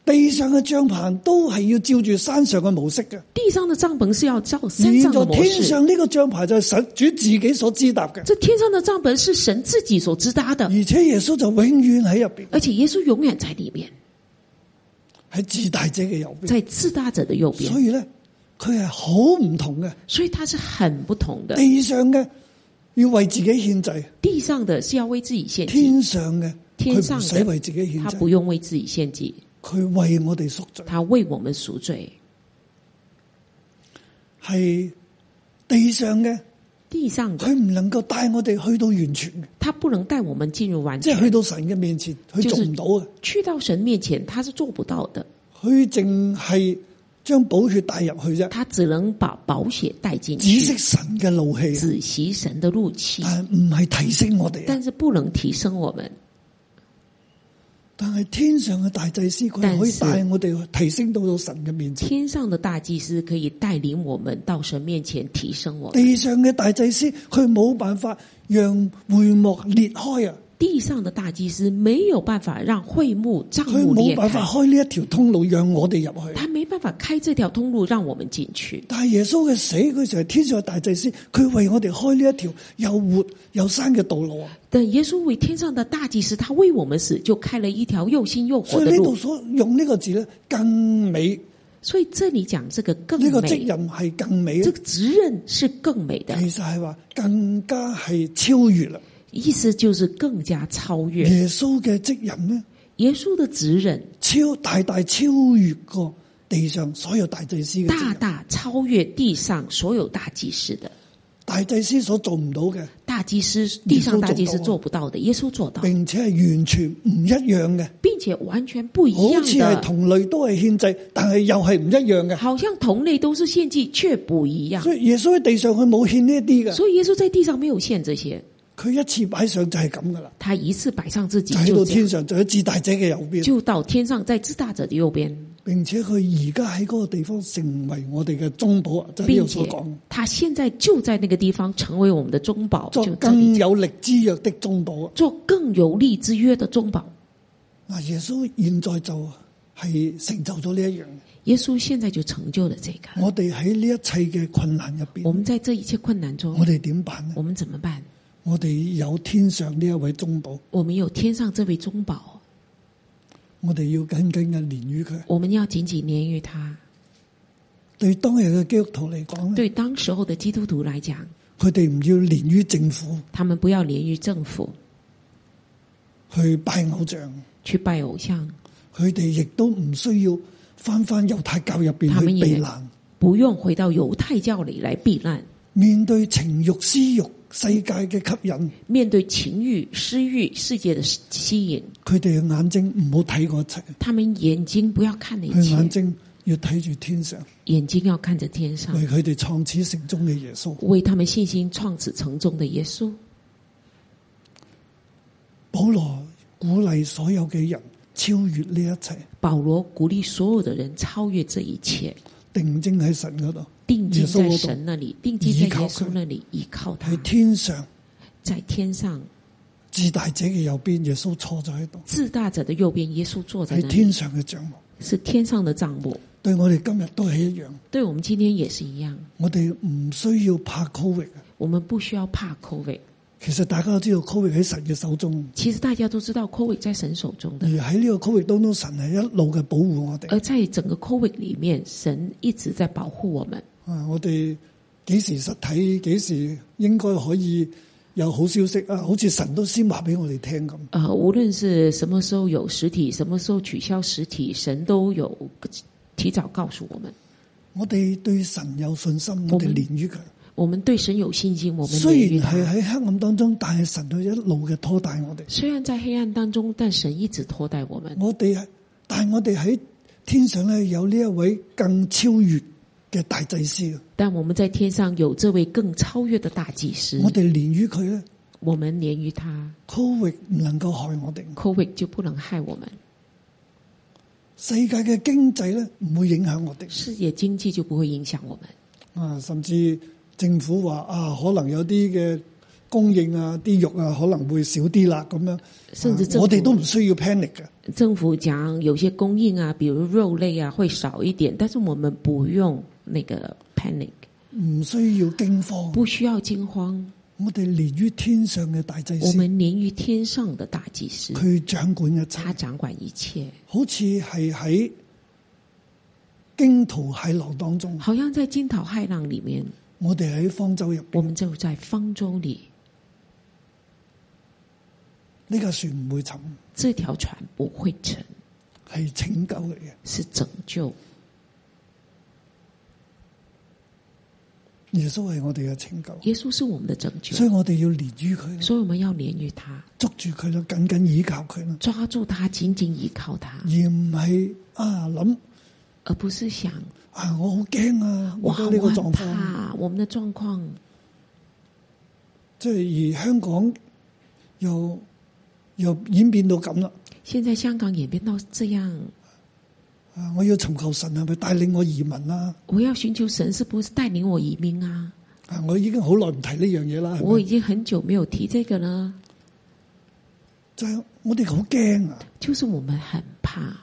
B: 地上嘅帳棚都係要照住山上嘅模式嘅，
C: 地上的帐篷是要照山
B: 而
C: 上
B: 在
C: 的模
B: 天
C: 式，
B: 上呢個帳棚就係神主自己所支搭嘅，
C: 这天上的帐篷是神自己所支搭的，
B: 而且耶穌就永遠喺入邊，
C: 而且耶穌永远在里面，
B: 喺至大者嘅右邊。
C: 在至大者的右边
B: 嗯所，以咧，佢係好唔同嘅。
C: 所以它是很不同的。
B: 地上嘅要為自己獻祭。
C: 地上的是要为自己献祭，
B: 天上嘅，
C: 天上
B: 佢
C: 嘅
B: 唔使為自己
C: 他
B: 獻
C: 不
B: 祭，
C: 用为自己献祭，
B: 佢為我哋贖罪，
C: 他为我们赎罪。
B: 係地上嘅，
C: 地上的
B: 佢唔能夠帶我哋去到完全嘅，
C: 他不能带我们进入完
B: 即
C: 全，
B: 係去到神嘅面前，佢
C: 就
B: 做
C: 是
B: 唔到嘅，
C: 去到神面前他是做不到的，
B: 佢淨係將寶血帶入去啫，
C: 他只能把宝血带进
B: 只
C: 去，
B: 識神嘅怒氣，
C: 止息神的怒气，
B: 但係唔係提升我哋啊。
C: 但是不能提升我们。
B: 但係天上嘅大祭司，佢
C: 但
B: 係可以
C: 是
B: 帶我哋提升到到神嘅面前。
C: 天上的大祭司可以带领我们到神面前提升我们，
B: 地上嘅大祭司，佢冇辦法讓會幕裂開啊！
C: 地上的大祭司没有办法让会幕帐
B: 佢
C: 幕
B: 冇
C: 裂
B: 辦
C: 开，
B: 法開呢一條通路讓我哋入去。
C: 他没办法开这条通路让我们进去。
B: 但係耶穌嘅死，佢就係天上嘅大祭司，佢為我哋開呢一條又活又生嘅道路啊！
C: 但耶稣为天上的大祭司，他为我们死，就开了一条又新又活
B: 所以
C: 的
B: 呢
C: 路
B: 度。所用呢個字咧，更美呢、
C: 所以这里讲这个更
B: 個
C: 美，
B: 職任係更美，啊其
C: 这个职任是更美的，
B: 實係話更加係超越啦。
C: 意思就是更加超越。
B: 耶穌嘅職任咧，
C: 耶稣的职任
B: 超大大超越過地上所有大祭司嘅職
C: 大
B: 任，
C: 大超越地上所有大祭司的，
B: 大祭司所做唔到嘅，
C: 大祭司地上大祭司
B: 耶稣做到啊
C: 做不到的，耶稣做到，
B: 並且係完全唔一樣嘅。
C: 并且完全不一
B: 好
C: 样
B: 似係
C: 的，
B: 同類都係獻祭，但係又係唔一樣嘅。
C: 好像同类都是献祭，却不一样。
B: 所以耶啊穌喺地上佢冇獻呢一啲嘅，
C: 所以耶稣在地上没有献这些，
B: 佢一次擺上就係咁噶啦，
C: 他一次摆上自己
B: 就喺
C: 就
B: 到
C: 这样
B: 天上，就喺至大者嘅右邊。
C: 就到天上，在至大者的右边。
B: 並且佢而家喺嗰個地方成為我哋嘅中保啊，就係呢
C: 并
B: 度
C: 且
B: 所講，
C: 他现在就在那个地方成为我们的中保，
B: 作
C: 就这里
B: 更有力之約的中保啊！
C: 做更有力之约的中保。
B: 嗱，耶穌現在就係成就咗呢一樣，
C: 耶稣现在就成就了这个。
B: 我哋喺呢一切嘅困難入
C: 我
B: 邊，
C: 们在这一切困难中
B: 我，哋點辦呢？
C: 我们怎么办？
B: 我哋有天上呢一位中保，
C: 我们有天上这位中保，
B: 我哋要緊緊嘅連於佢。
C: 我们要紧紧连于他。
B: 對當日嘅基督徒嚟講咧，
C: 对当时候的基督徒来讲，
B: 佢哋唔要連於政府
C: 他们不要连于政府
B: 去拜偶像，
C: 去拜偶像，
B: 佢哋亦都唔需要翻翻猶太教入邊
C: 他
B: 去
C: 們也
B: 避難，
C: 不用回到犹太教里来避难，
B: 面對情欲、私欲、世界嘅吸引，
C: 面对情欲、私欲、世界的吸引，
B: 佢哋嘅眼睛唔好睇嗰一切，
C: 他们眼睛不要看那一
B: 佢眼
C: 切，
B: 睛要睇住天上，
C: 眼睛要看着天上。
B: 為佢哋創始成終嘅耶穌，
C: 为他们信心创始成终的耶稣。
B: 保羅鼓勵所有嘅人超越呢一切，
C: 保罗鼓励所有的人超越这一切，
B: 定睛喺神嗰度，
C: 定睛在
B: 耶穌嗰
C: 神
B: 度
C: 那里，定睛在耶
B: 依靠
C: 稣
B: 佢
C: 那里，依靠他
B: 喺，天上
C: 在天上
B: 至大者嘅右邊，耶穌坐咗喺度，
C: 至大者的右边，耶稣坐在
B: 喺
C: 那里，
B: 天上嘅帳幕，
C: 是天上的帐幕。
B: 對我哋今日都係一樣。
C: 对我们今天也是一样，
B: 我哋唔需要怕 Covid 啊
C: 我们不需要怕 COVID。
B: 其實大家都知道 Covid 喺神嘅手中，
C: 其实大家都知道，COVID 在神手中
B: 而
C: 的，
B: 喺呢個 Covid 當中，神係一路嘅保護我哋。
C: 而在整个 COVID 里面，神一直在保护我们。
B: 啊，我哋幾時實體，幾時應該可以有好消息啊？好似神都先話俾我哋聽咁。
C: 呃，无论是什么时候有实体，什么时候取消实体，神都有提早告诉我们。
B: 我哋對神有信心，我哋連於佢。
C: 我们对神有信心，我们
B: 雖
C: 免于
B: 然係喺
C: 他。
B: 黑暗當中，但係神佢一路嘅拖帶我哋。
C: 虽然在黑暗当中，但神一直拖带我们。
B: 我哋但係我哋喺天上咧有呢一位更超越嘅大祭司啊，
C: 但我们在天上有这位更超越的大祭司，
B: 我哋連於佢咧。
C: 我们连于他
B: Covid 唔能夠害我哋，
C: ，COVID 就不能害我们，
B: 世界嘅經濟咧唔會影響我哋
C: 世界经济就不会影响我们。
B: 啊，甚至政府話啊，可能有啲嘅供應啊，啲肉啊可能會少啲啦咁樣，
C: 甚至
B: 啊
C: 政府
B: 我哋都唔需要 panic 嘅，
C: 政府讲有些供应啊，比如肉类啊会少一点，但是我们不用那个 panic，
B: 唔需要驚慌。
C: 不需要惊慌。
B: 我哋連於天上嘅大祭
C: 我
B: 司，
C: 们连于天上的大祭司，
B: 佢掌管一切，
C: 他掌管一切，
B: 好似係喺驚濤駭浪當中，
C: 好像在惊涛骇浪里面，
B: 我哋喺方舟入
C: 我
B: 邊，
C: 们就在方舟里。
B: 呢架船唔會沉，
C: 这条船不会沉，
B: 係拯救嚟嘅。
C: 是拯救。
B: 耶穌係我哋嘅拯救，
C: 耶稣是我们的拯救
B: 所，以我哋要連於佢。
C: 所以我们要连于他，
B: 捉住佢啦，緊緊倚靠佢啦，
C: 抓住他，紧紧依靠他
B: 而，唔係啊諗
C: 而不是想
B: 啊我好驚啊，我
C: 哇，
B: 覺得呢個
C: 我
B: 狀
C: 很
B: 況，
C: 怕我们的状况。
B: 即係而香港又又演變到咁啦。
C: 现在香港演变到这样，
B: 啊！我要尋求神係咪帶領我移民啊啦、
C: 我要寻求神是不是带领我移民啊？
B: 嗯啊！我已經好耐唔提呢樣嘢啦。係咪
C: 我已经很久没有提这个了。
B: 就係我哋好驚啊！
C: 就是我们很怕，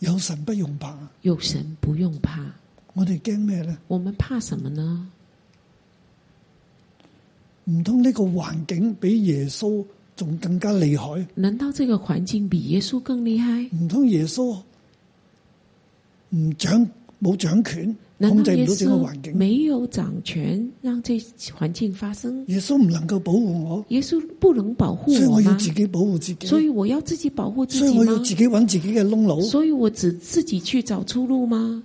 B: 有神不用怕，
C: 有神不用怕。
B: 我哋驚咩咧？
C: 我们怕什么呢？
B: 唔通呢個環境比耶穌仲更加厲害？
C: 难道这个环境比耶稣更厉害？
B: 唔通耶穌唔掌冇掌權，
C: 难
B: 控
C: 道
B: 制
C: 耶
B: 唔到整個環
C: 稣
B: 境？
C: 没有掌权让这环境发生？
B: 耶穌唔能夠保護我，
C: 耶稣不能保护
B: 所以
C: 我
B: 我要
C: 吗？
B: 自己保護自己，
C: 所
B: 所
C: 以我要自己保护自
B: 以
C: 己
B: 我
C: 吗
B: 要？自己揾自己嘅窿佬。
C: 所以我只自己去找出路吗？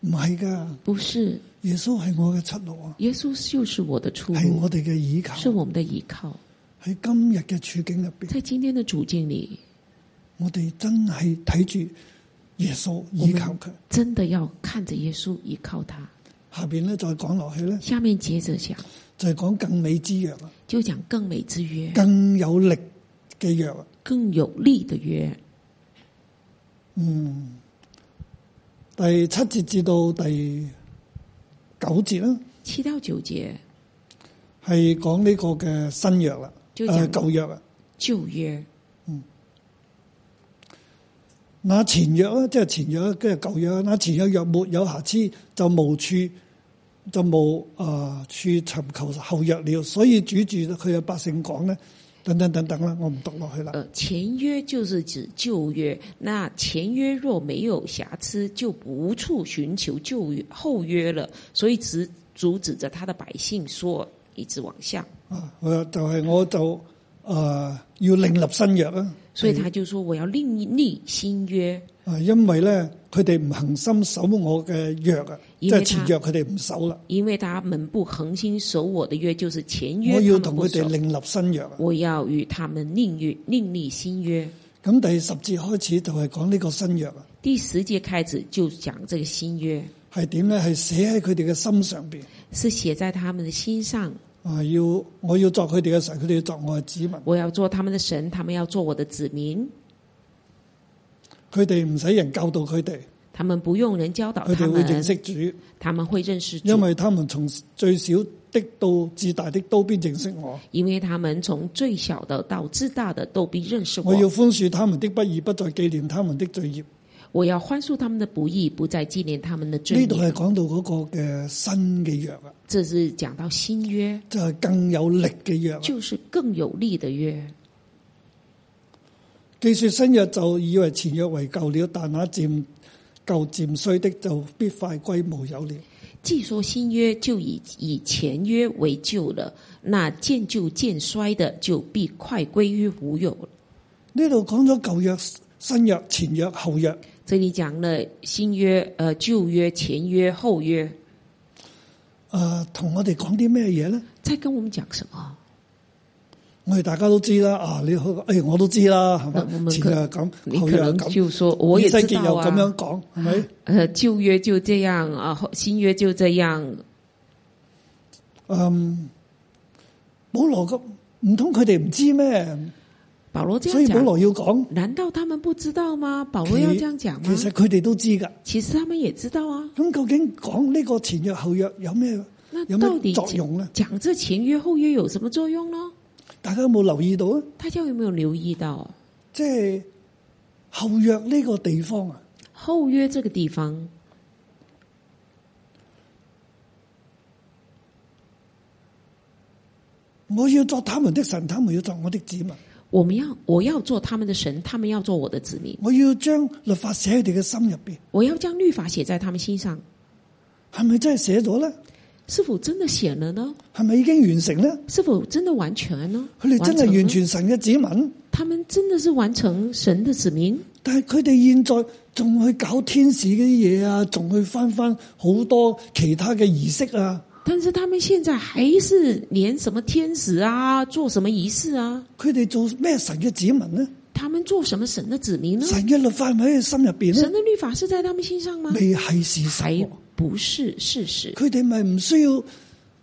B: 唔係㗎，
C: 不是，
B: 耶穌係我嘅出路啊，
C: 耶稣就是我的出
B: 係
C: 路，
B: 我哋嘅倚靠。
C: 是我们的依靠。
B: 喺今日嘅處境入邊，
C: 在今天的处境里，
B: 我哋真係睇住耶穌倚靠佢。
C: 真的要看着耶稣，依靠他。
B: 下邊咧再講落去咧，
C: 下面接着讲，
B: 就係講更美之約啦，啊
C: 就讲更美之约，
B: 更有力嘅約啊。
C: 更有力的约。
B: 第七節至到第九節啦，
C: 七到九节
B: 係講呢個嘅新約啦，
C: 就
B: 誒、
C: 講
B: 舊約啊。
C: 旧约，
B: 那前約啊啦，即係前約，跟住舊約。啊那前約若沒有瑕疵，就無處就無啊、處尋求後約了。所以主住佢嘅百姓講咧，等等等等啦，我唔讀落去啦。
C: 呃，前约就是指旧约。那前约若没有瑕疵，就无处寻求旧约后约了。所以只阻止着他的百姓说，一直往下。
B: 啊，我就係我就啊、要另立新約啊啦。
C: 所以他就说，我要另立新约，
B: 啊，因為咧佢哋唔恒心守我嘅約啊，即
C: 因
B: 係
C: 為他
B: 前約佢哋唔守啦。
C: 因为他们不恒心守我的约，就是前约
B: 我要
C: 他
B: 同
C: 们不
B: 佢哋
C: 守。
B: 另立新約啊。
C: 我要与他们另约另立新约。
B: 咁第十節開始就係講呢個新約啊，
C: 第十节开始就讲这个新约
B: 係點咧？係寫喺佢哋嘅心上邊。
C: 是写在他们的心上，
B: 啊！要我要作佢哋嘅神，佢哋要作我嘅子民。
C: 我要做他们的神，他们要做我的子民。
B: 佢哋唔使人教導佢哋，
C: 他们不用人教导
B: 佢
C: 他
B: 哋會
C: 们，
B: 認識主，
C: 他们会认识主，
B: 因為他們從最小的到至大的都必認識我。
C: 因为他们从最小的到至大的都必认识
B: 我
C: 我。
B: 要寬恕他們的不義，不再紀念他們的罪孽。
C: 我要宽恕他们的不义，不再纪念他们的罪
B: 呢度
C: 孽。
B: 係講到嗰個嘅新嘅約啊，
C: 这是讲到新约，
B: 就係、更有力嘅約啊。
C: 就是更有力的约。
B: 既說新約就以為前約為舊了，但那漸舊漸衰的就必快歸無有了。
C: 既说新约，就以以前约为旧了；那渐旧渐衰的，就必快归于无有了。
B: 呢度講咗舊約、新約、前約、後約。
C: 这里讲了新约、呃旧约、前约、后约，
B: 誒、啊同我哋講啲咩嘢咧？
C: 在跟我们讲什么？
B: 我哋大家都知啦，啊，你好，哎，我都知啦，係
C: 啊那我
B: 嘛？
C: 們
B: 前
C: 可
B: 又係咁，
C: 你
B: 後
C: 可
B: 又係
C: 能
B: 啊咁，
C: 就说我也
B: 以西
C: 知
B: 結
C: 道
B: 又咁
C: 啊
B: 樣，講，係咪？
C: 呃旧约就这样啊，后新约就这样。
B: 嗯，保羅咁，唔通佢哋唔知咩？
C: 保罗这
B: 所以
C: 样
B: 保
C: 讲，
B: 羅要講，
C: 难道他们不知道吗？保罗要这样讲
B: 其
C: 吗？
B: 實佢哋都知㗎。
C: 其实他们也知道啊。
B: 咁究竟講呢個前約後約有咩
C: 那
B: 有
C: 到
B: 咩
C: 底
B: 作用咧？
C: 讲这前约后约有什么作用呢？
B: 大家有冇留意到啊？
C: 大家有没有留意到
B: 即係後約呢個地方啊，
C: 后约这个地方？
B: 我要作他們的神，他們要作我的子民。
C: 我们要我要做他们的神，他们要做我的子民。
B: 我要將律法寫喺佢哋嘅心入邊，
C: 我要将律法写在他们心上，
B: 係咪真係寫咗咧？
C: 是否真的写了呢？
B: 係咪已經完成咧？
C: 是否真的完全呢？
B: 佢哋真
C: 成
B: 係
C: 呢
B: 完，全神嘅子民，
C: 他们真的是完成神的子民，
B: 但係佢哋現在仲去搞天使嘅嘢啊，仲去翻翻好多其他嘅儀式啊，
C: 但是他们現在還是連什麼天使啊，做什麼儀式啊，
B: 佢哋做咩神嘅子民呢？
C: 他們做什麼神的子民呢？
B: 神嘅律法係咪喺佢心入邊
C: 神啊
B: 呢？
C: 的律法是在他們心上嗎？
B: 未係事實
C: 還
B: 喎，
C: 不是事實。
B: 佢哋咪唔需要诶、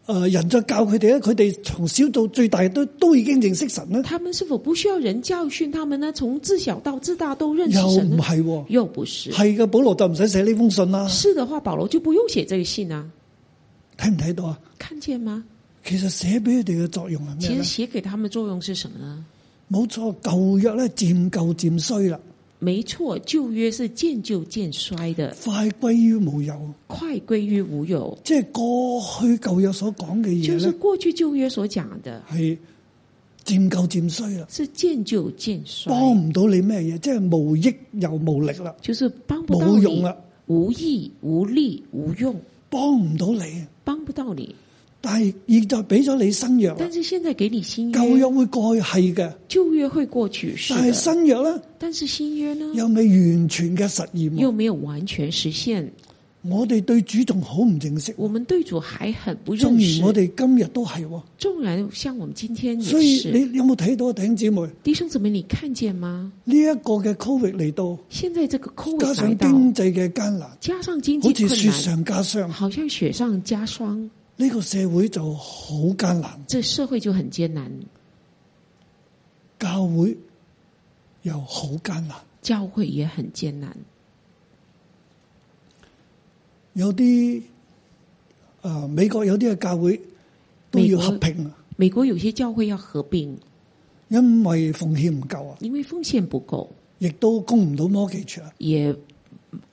B: 呃人再教佢哋咧，佢哋從小到最大都都已經認識神啦，
C: 他們是否不需要人教訓他們呢？從自小到自大都認
B: 又
C: 識神
B: 唔
C: 啊呢？
B: 係喎，
C: 又不是。
B: 係嘅，保羅就唔使寫呢封信啦，
C: 是的話，保羅就不用寫這個信啊，
B: 睇唔睇到啊？
C: 看見嗎？
B: 其實寫俾佢哋嘅作用係
C: 其
B: 咩
C: 實
B: 咧？
C: 寫給他們的作用是什麼呢？
B: 冇錯，舊約咧漸舊漸衰啦，
C: 没错，旧约是渐就渐衰的，
B: 快歸於無有。
C: 快归于无有，
B: 即係過去舊約所講嘅嘢
C: 就是
B: 咧，
C: 过去旧约所讲的，
B: 係漸舊漸衰啦，
C: 是渐就渐衰，
B: 幫唔到你咩嘢，即係無益又無力啦，
C: 就是帮不到
B: 冇用
C: 你，
B: 啦，
C: 无益、无力、无用，
B: 幫唔到你。
C: 帮不到你。
B: 但係現在俾咗你新約啦，
C: 但是现在给你新
B: 舊
C: 约
B: 約，會過去係嘅，
C: 旧约会过去，是
B: 但係
C: 的，
B: 新約咧
C: 但是新约呢，
B: 又未完全嘅實驗喎。
C: 又没有完全实现。
B: 我哋對主仲好唔認識喎，
C: 我们对主还很不
B: 縱
C: 认识
B: 然我，哋今日都係喎。
C: 纵然像我们今天
B: 所
C: 也
B: 以
C: 是。
B: 你有冇睇到弟兄姊妹呢
C: 弟兄姊妹，你看见吗？
B: 一、個嘅 covid 嚟到，
C: 现在这个 c o
B: 加
C: v 来
B: 上
C: 到，
B: 經濟嘅艱難，
C: 加上经
B: 好似
C: 济困
B: 雪
C: 难，
B: 上加霜，
C: 好像雪上加霜，
B: 呢、個社會就好艱難，
C: 这社会就很艰难，
B: 教會又好艱難。
C: 教会也很艰难。
B: 有啲诶、呃美國有啲嘅教會都要合併啊，
C: 美国有些教会要合并，
B: 因為奉獻唔夠啊，
C: 因为奉献不够，
B: 亦都供唔到 mortgage 啊，
C: 也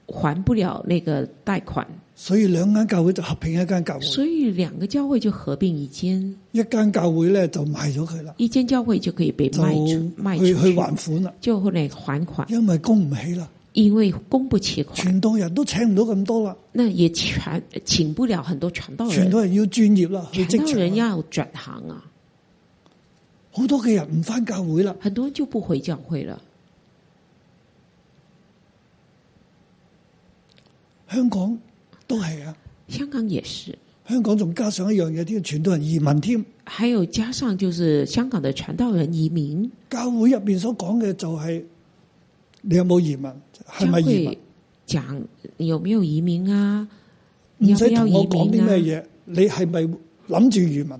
C: 还不了那个贷款，
B: 所以兩間教會就合併一間教會，
C: 所以两个教会就合并一间，
B: 一間教會咧就賣咗佢啦，
C: 一间教会就可以被
B: 就
C: 卖出卖出
B: 哦去去
C: 去，
B: 還款啦，
C: 就后来还款，
B: 因為供唔起啦。
C: 因为供不起款，
B: 傳道人都請唔到咁多啦，
C: 那也传请不了很多传道
B: 傳
C: 人。
B: 道人要專業啦，去
C: 传道
B: 職
C: 人
B: 場啦，
C: 要转行啊，
B: 好多嘅人唔翻教會啦，
C: 很多人就不回教会了。
B: 香港都係啊，
C: 香港也是，
B: 香港仲加上一樣嘢添，傳道人移民添，
C: 还有加上就是香港的传道人移民，
B: 教會入边所講嘅就係你有冇移民，係
C: 将
B: 咪移
C: 会
B: 民？
C: 讲你有没有移民啊？你
B: 唔
C: 要不
B: 使
C: 要
B: 同
C: 移
B: 我講
C: 民
B: 啲
C: 啊？
B: 咩嘢，你係咪諗住移民？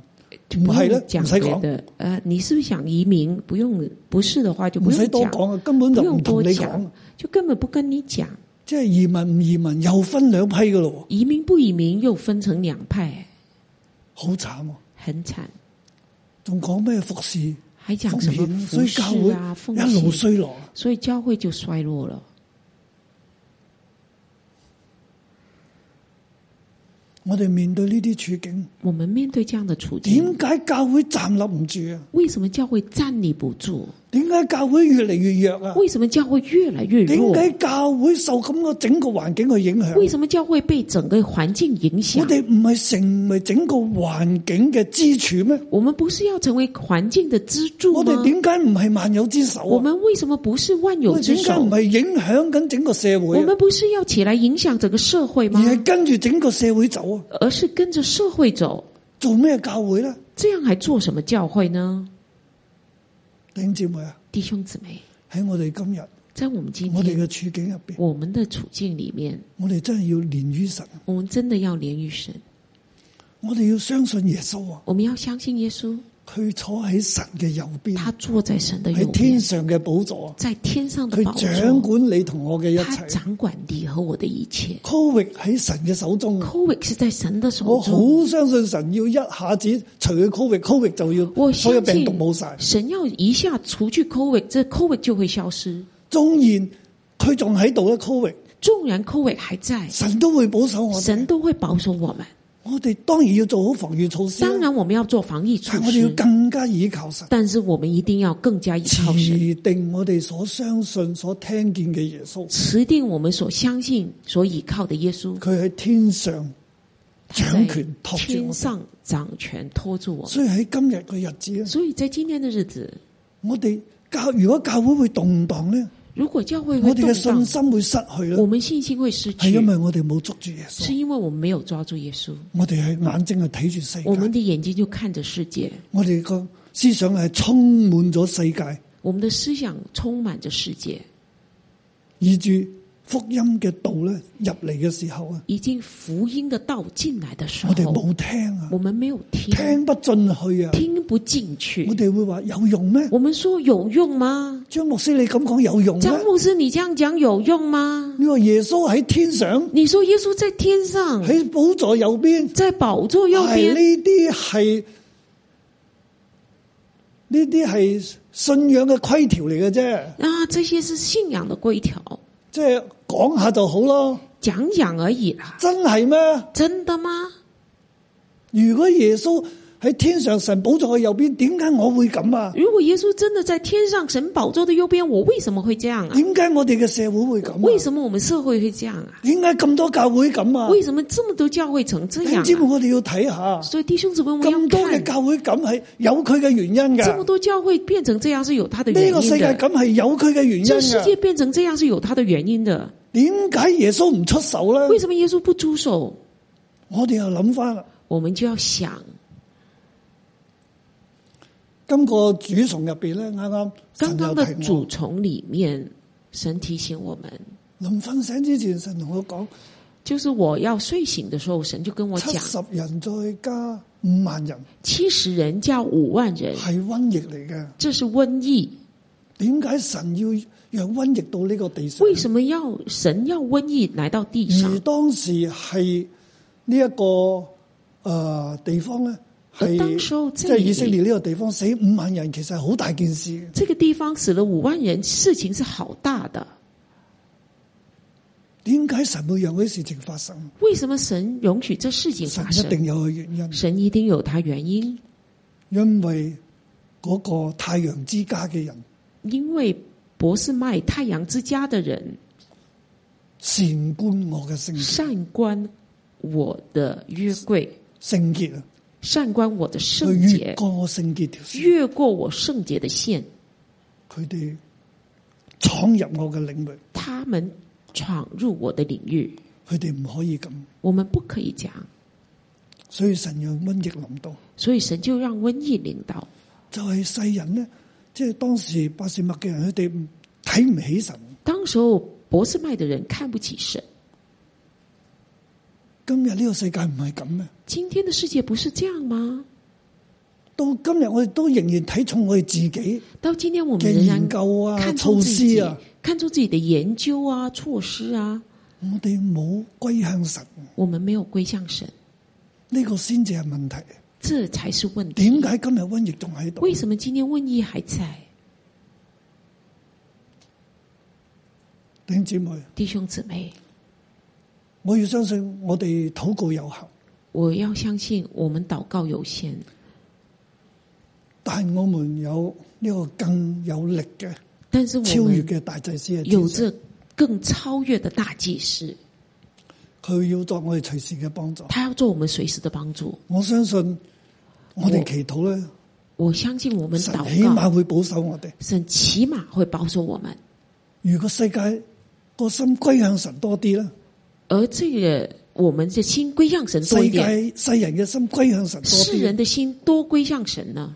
B: 唔
C: 不
B: 係咧
C: 用，讲
B: 唔使
C: 别
B: 講，
C: 的，呃，你是不是想移民？不用，不是的话就
B: 唔
C: 不
B: 使
C: 用
B: 多
C: 讲，
B: 講啊，根本就
C: 不
B: 唔
C: 用
B: 同
C: 多
B: 你
C: 讲
B: 講，，
C: 就根本不跟你讲。
B: 即係移民唔移民又分兩批噶咯
C: 移民不移民又分成两派，
B: 喎，好慘啊！
C: 很惨。
B: 仲講咩服侍
C: 还讲
B: 奉
C: 什么
B: 獻，所
C: 服
B: 以教
C: 侍啊、奉
B: 會一路
C: 献，
B: 衰落啊。
C: 所以教会就衰落了。
B: 我哋面對呢啲處境，
C: 我们面对这样的处境，
B: 點解教會站立唔住啊？
C: 为什么教会站立不住？
B: 點解教會越嚟越弱啊？
C: 为什么教会越来越
B: 點
C: 弱？
B: 解教會受咁個整個環境去影響？
C: 为什么教会被整个环境影
B: 我
C: 响？
B: 哋唔係成為整個環境嘅支柱咩？
C: 我们不是要成为环境的支柱
B: 我
C: 吗
B: 哋？點解唔係萬有之首
C: 我
B: 啊？
C: 们为什么不是万有
B: 我哋
C: 之
B: 點解
C: 首
B: 唔？係影響緊整個社
C: 我
B: 會啊、
C: 们不是要起来影响整个社会
B: 而
C: 吗？
B: 係跟住整個社會走啊？
C: 而是跟着社会走，
B: 做咩教會咧？
C: 这样还做什么教会呢？
B: 弟兄姊妹啊，
C: 弟兄姊妹，
B: 喺我哋今日
C: 在我们今
B: 我哋
C: 天
B: 嘅處境入边，
C: 我们的处境里面，
B: 我哋真係要連於神，
C: 我们真的要连于神，
B: 我哋要相信耶穌啊！
C: 我们要相信耶稣，
B: 佢坐喺神嘅右邊。
C: 他坐在神的右
B: 喺天
C: 边，
B: 上嘅寶座，
C: 在天上的
B: 佢
C: 宝
B: 掌
C: 座，
B: 管你同我嘅一
C: 他
B: 切。
C: 掌管你和我的一切。
B: Covid 喺神嘅手中，啊
C: Covid 是在神的手
B: 我
C: 中。
B: 哦好相信神要一下子除去 Covid，Covid 就要
C: 我
B: 所
C: 相
B: 有
C: 信
B: 病毒冇晒。
C: 神要一下除去 COVID，这 COVID 就会消失。
B: 纵然佢仲喺度咧，Covid
C: 纵然 COVID 还在，
B: 神都會保守我
C: 神
B: 哋。
C: 都会保守我们。
B: 我哋當然要做好防禦措施啦，
C: 当然，我们要做防疫措
B: 啊但我哋
C: 施
B: 要，更加倚靠神，
C: 但是我们一定要更加依靠神，
B: 持定我哋所相信、所聽見嘅耶穌。
C: 持定我们所相信、所倚靠的耶稣，
B: 佢喺天上
C: 他
B: 掌
C: 在
B: 權托住
C: 天
B: 我哋，
C: 上掌权托住我们。
B: 所以喺今日嘅日子啊，
C: 所以在今天的日子，
B: 我哋教如果教會會動盪咧。
C: 如果教会
B: 我
C: 会
B: 哋
C: 动
B: 嘅信
C: 荡，
B: 心會啊失去
C: 我
B: 啦，
C: 们信心会失
B: 係
C: 去
B: 因，為我哋冇捉住耶
C: 是
B: 穌，
C: 因为我们没有抓住耶稣，
B: 我哋係眼睛係睇住世
C: 我们
B: 界，
C: 的眼睛就看着世界，
B: 我哋個思想係充滿咗世界，
C: 我们的思想充满着世界。
B: 以至福音嘅道咧入嚟嘅時候啊，
C: 已经福音的道进来的时
B: 我哋
C: 候，
B: 冇聽啊
C: 我，们没有听，
B: 聽不進去啊，
C: 听不进去
B: 我。哋會話有用咩？
C: 我们说有用吗？
B: 張牧師你咁講有用咩？啊
C: 张牧师，你这样讲有用吗？
B: 你話耶穌喺天上，
C: 你说耶稣在天上，
B: 喺寶座右邊，哎
C: 在宝座右
B: 係
C: 边，
B: 呢啲係呢啲係信仰嘅規條嚟嘅啫，
C: 啊，这些是信仰的规条，
B: 即係講下就好咯。
C: 讲讲而已啦。
B: 真係咩？
C: 真的吗？
B: 如果耶穌喺天上神寶座嘅右邊，點解我會咁啊？
C: 如果耶稣真的在天上神宝座的右边，我为什么会这样啊？
B: 點解我哋嘅社會會咁
C: 为
B: 啊？
C: 什么我们社会会这样啊？
B: 點解咁多教會咁啊？
C: 为什么这么多教会成这
B: 你
C: 样、
B: 知唔知
C: 啊？
B: 我哋要睇下
C: 所以弟兄姊妹，我们
B: 咁
C: 要
B: 多嘅
C: 看
B: 教會咁係有佢嘅原因
C: 这么
B: 㗎。
C: 多教会变成这样是有它的原
B: 呢
C: 因
B: 個世界
C: 的。
B: 咁係有佢嘅原因啊
C: 这世
B: 㗎。
C: 界变成这样是有它的原因的。
B: 點解耶穌唔出手
C: 为
B: 咧？
C: 什么耶稣不出手？
B: 我哋又諗翻啦，
C: 我们就要想，
B: 今個主崇入邊咧，啱啱
C: 刚
B: 神
C: 刚
B: 又
C: 的
B: 提我
C: 主从里面，神提醒我们，
B: 臨瞓醒之前，神同我講
C: 就是我要睡醒的时候，神就跟我
B: 七
C: 讲，
B: 十人再加五萬人
C: 七十人加五万人，
B: 係瘟疫嚟嘅。
C: 这是瘟疫。
B: 點解神要讓瘟疫到呢個地上
C: 为？什么要神要瘟疫来到地
B: 而
C: 上？
B: 當時係呢一個呃地方咧，
C: 而
B: 係
C: 當時候
B: 即
C: 這
B: 係
C: 裡
B: 以色列呢個地方死五萬人，其實係好大件事嘅。
C: 这个地方死了五万人，事情是好大的。
B: 點解神會讓呢啲事情發生？
C: 为什么神容许这事情
B: 神
C: 发
B: 一
C: 生？
B: 定有佢原因，
C: 神一定有他原因，
B: 因為嗰個太陽之家嘅人
C: 因为博士卖太阳之家的人
B: 善觀我嘅聖潔
C: 善观我的约柜，
B: 聖潔啊，
C: 善观我的
B: 佢
C: 圣
B: 越
C: 洁，
B: 過我聖潔條線，
C: 越过我圣洁的线，
B: 佢哋闖入我嘅領域，
C: 他们闯入我的领域，
B: 佢哋唔可以咁，
C: 我们不可以讲。
B: 所以神讓瘟疫臨到。
C: 所以神就让瘟疫领导，
B: 就係世人呢，即係當時百事麥嘅人，佢哋唔睇唔起神。
C: 当时候博士卖的人看不起神。
B: 今日呢個世界唔係咁咩？
C: 今天的世界不是这样吗？
B: 到今日我哋都仍然睇重我哋自己
C: 到今天我
B: 嘅
C: 们仍
B: 研
C: 然
B: 究啊、
C: 看重
B: 措
C: 自己
B: 施啊，，
C: 看重自己的研究啊、措施啊，
B: 我哋冇歸向神，
C: 我们没有归向神，
B: 呢、個先至係問題。
C: 这才是问题。
B: 點解今日瘟疫仲喺度？
C: 为什么今天瘟疫还在？
B: 弟兄姊妹，
C: 弟兄姊妹，
B: 我要相信我哋禱告有效，
C: 我要相信我们祷告有限，
B: 但我們有呢個更有力嘅
C: 但是我
B: 超越
C: 们
B: 嘅大祭司喺
C: 有
B: 天上，
C: 着更超越的大祭司，
B: 佢要作我哋隨時嘅幫助。
C: 他要做我们随时的帮助。
B: 我相信我哋祈禱咧。
C: 我相信我们
B: 神
C: 祷
B: 起
C: 告，
B: 碼會保守我哋。
C: 神起码会保守我们。
B: 如果世界個心歸向神多啲啦，
C: 而这个我们的心归向神多
B: 世
C: 一点，
B: 界世人嘅心歸向神多
C: 世人
B: 啲，
C: 的心多归向神呢，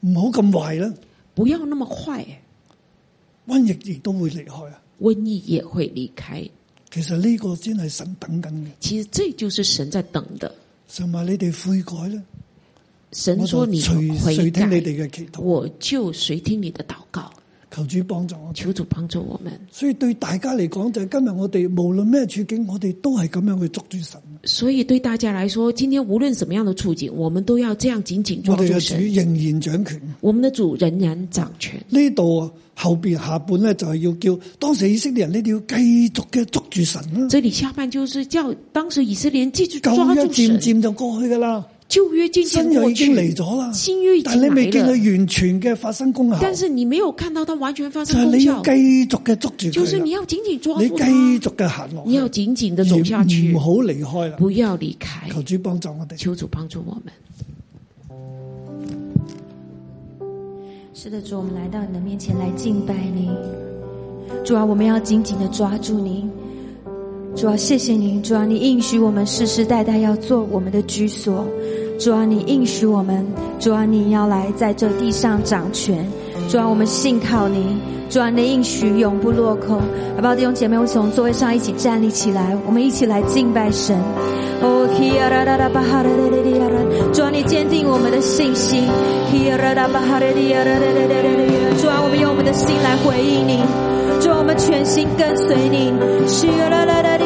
B: 唔好咁壞啦，
C: 不要那么坏，
B: 瘟疫亦都會離開啊。
C: 瘟疫也会离开。
B: 其實呢個先係神等緊嘅，
C: 其实这就是神在等的。
B: 神話你哋悔改咧，
C: 神
B: 我
C: 说：“
B: 就
C: 你
B: 隨
C: 们悔
B: 隨
C: 改
B: 聽，你哋嘅祈禱，
C: 我就随听你的祷告。
B: 求主幫助我。”
C: 求主帮助我们。
B: 所以對大家嚟講，就係今日我哋無論咩處境，我哋都係咁樣去捉住神。
C: 所以对大家来说，今天无论什么样的处境，我们都要这样紧紧抓
B: 我哋
C: 住
B: 嘅主
C: 神。
B: 仍然掌權。
C: 我们的主仍然掌权。
B: 呢度後边下半咧就係要叫當時以色列人，你哋要繼續嘅捉住神啦。
C: 这里下半就是叫当时以色列人继续
B: 舊
C: 抓
B: 約
C: 住
B: 漸
C: 神，
B: 漸就過去噶啦，
C: 旧约渐渐
B: 新約
C: 过
B: 已經
C: 去，
B: 嚟咗啦，
C: 新約已
B: 但
C: 经
B: 你
C: 来
B: 未見
C: 了，
B: 佢完全嘅發生功效，
C: 但是你没有看到它完全发
B: 就係
C: 生功
B: 你要
C: 效
B: 繼，續嘅捉住
C: 就是你
B: 佢啦，
C: 要紧紧抓
B: 你
C: 住它，
B: 繼續嘅行落
C: 你
B: 去，
C: 要紧紧的走下去
B: 而唔，好離開啦。
C: 不要离开。
B: 求主幫助我哋。
C: 求主帮助我们。
D: 是的，主，我们来到你的面前来敬拜你。主啊，我们要紧紧的抓住你。主啊，谢谢你，主啊，你应许我们世世代代要做我们的居所。主啊，你应许我们，主啊，你要来在这地上掌权。主啊，我们信靠你，主啊，你的应许永不落空。好不好，弟兄姐妹，我们从座位上一起站立起来，我们一起来敬拜神。哦，主啊，你坚定我们的信心。主啊，我们用我们的心来回应你。主啊，我们全心跟随你。是啦啦吧吧，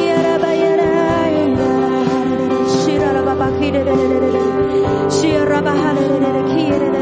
D: 是啦啦吧吧，是啦啦吧哈啦啦啦，是啊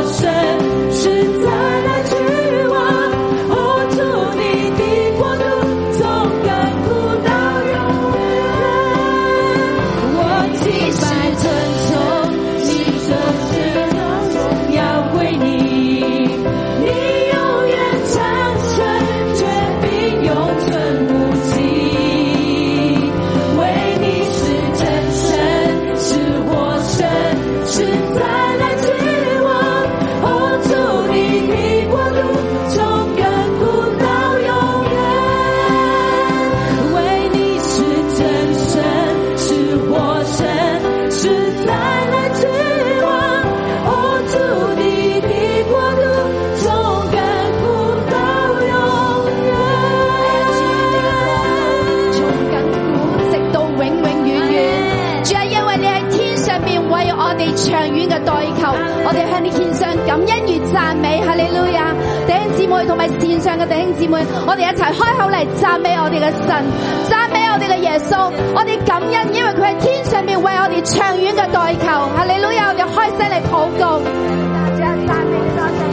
D: 哦
E: 哦啊
F: 利路亞！弟兄姊妹同埋線上嘅弟兄姊妹，我哋一齊開口嚟讚美我哋嘅神，讚美我哋嘅耶穌，我哋感恩，因為佢係天上面為我哋長遠嘅代求。哈利路亞！我哋開聲嚟禱告。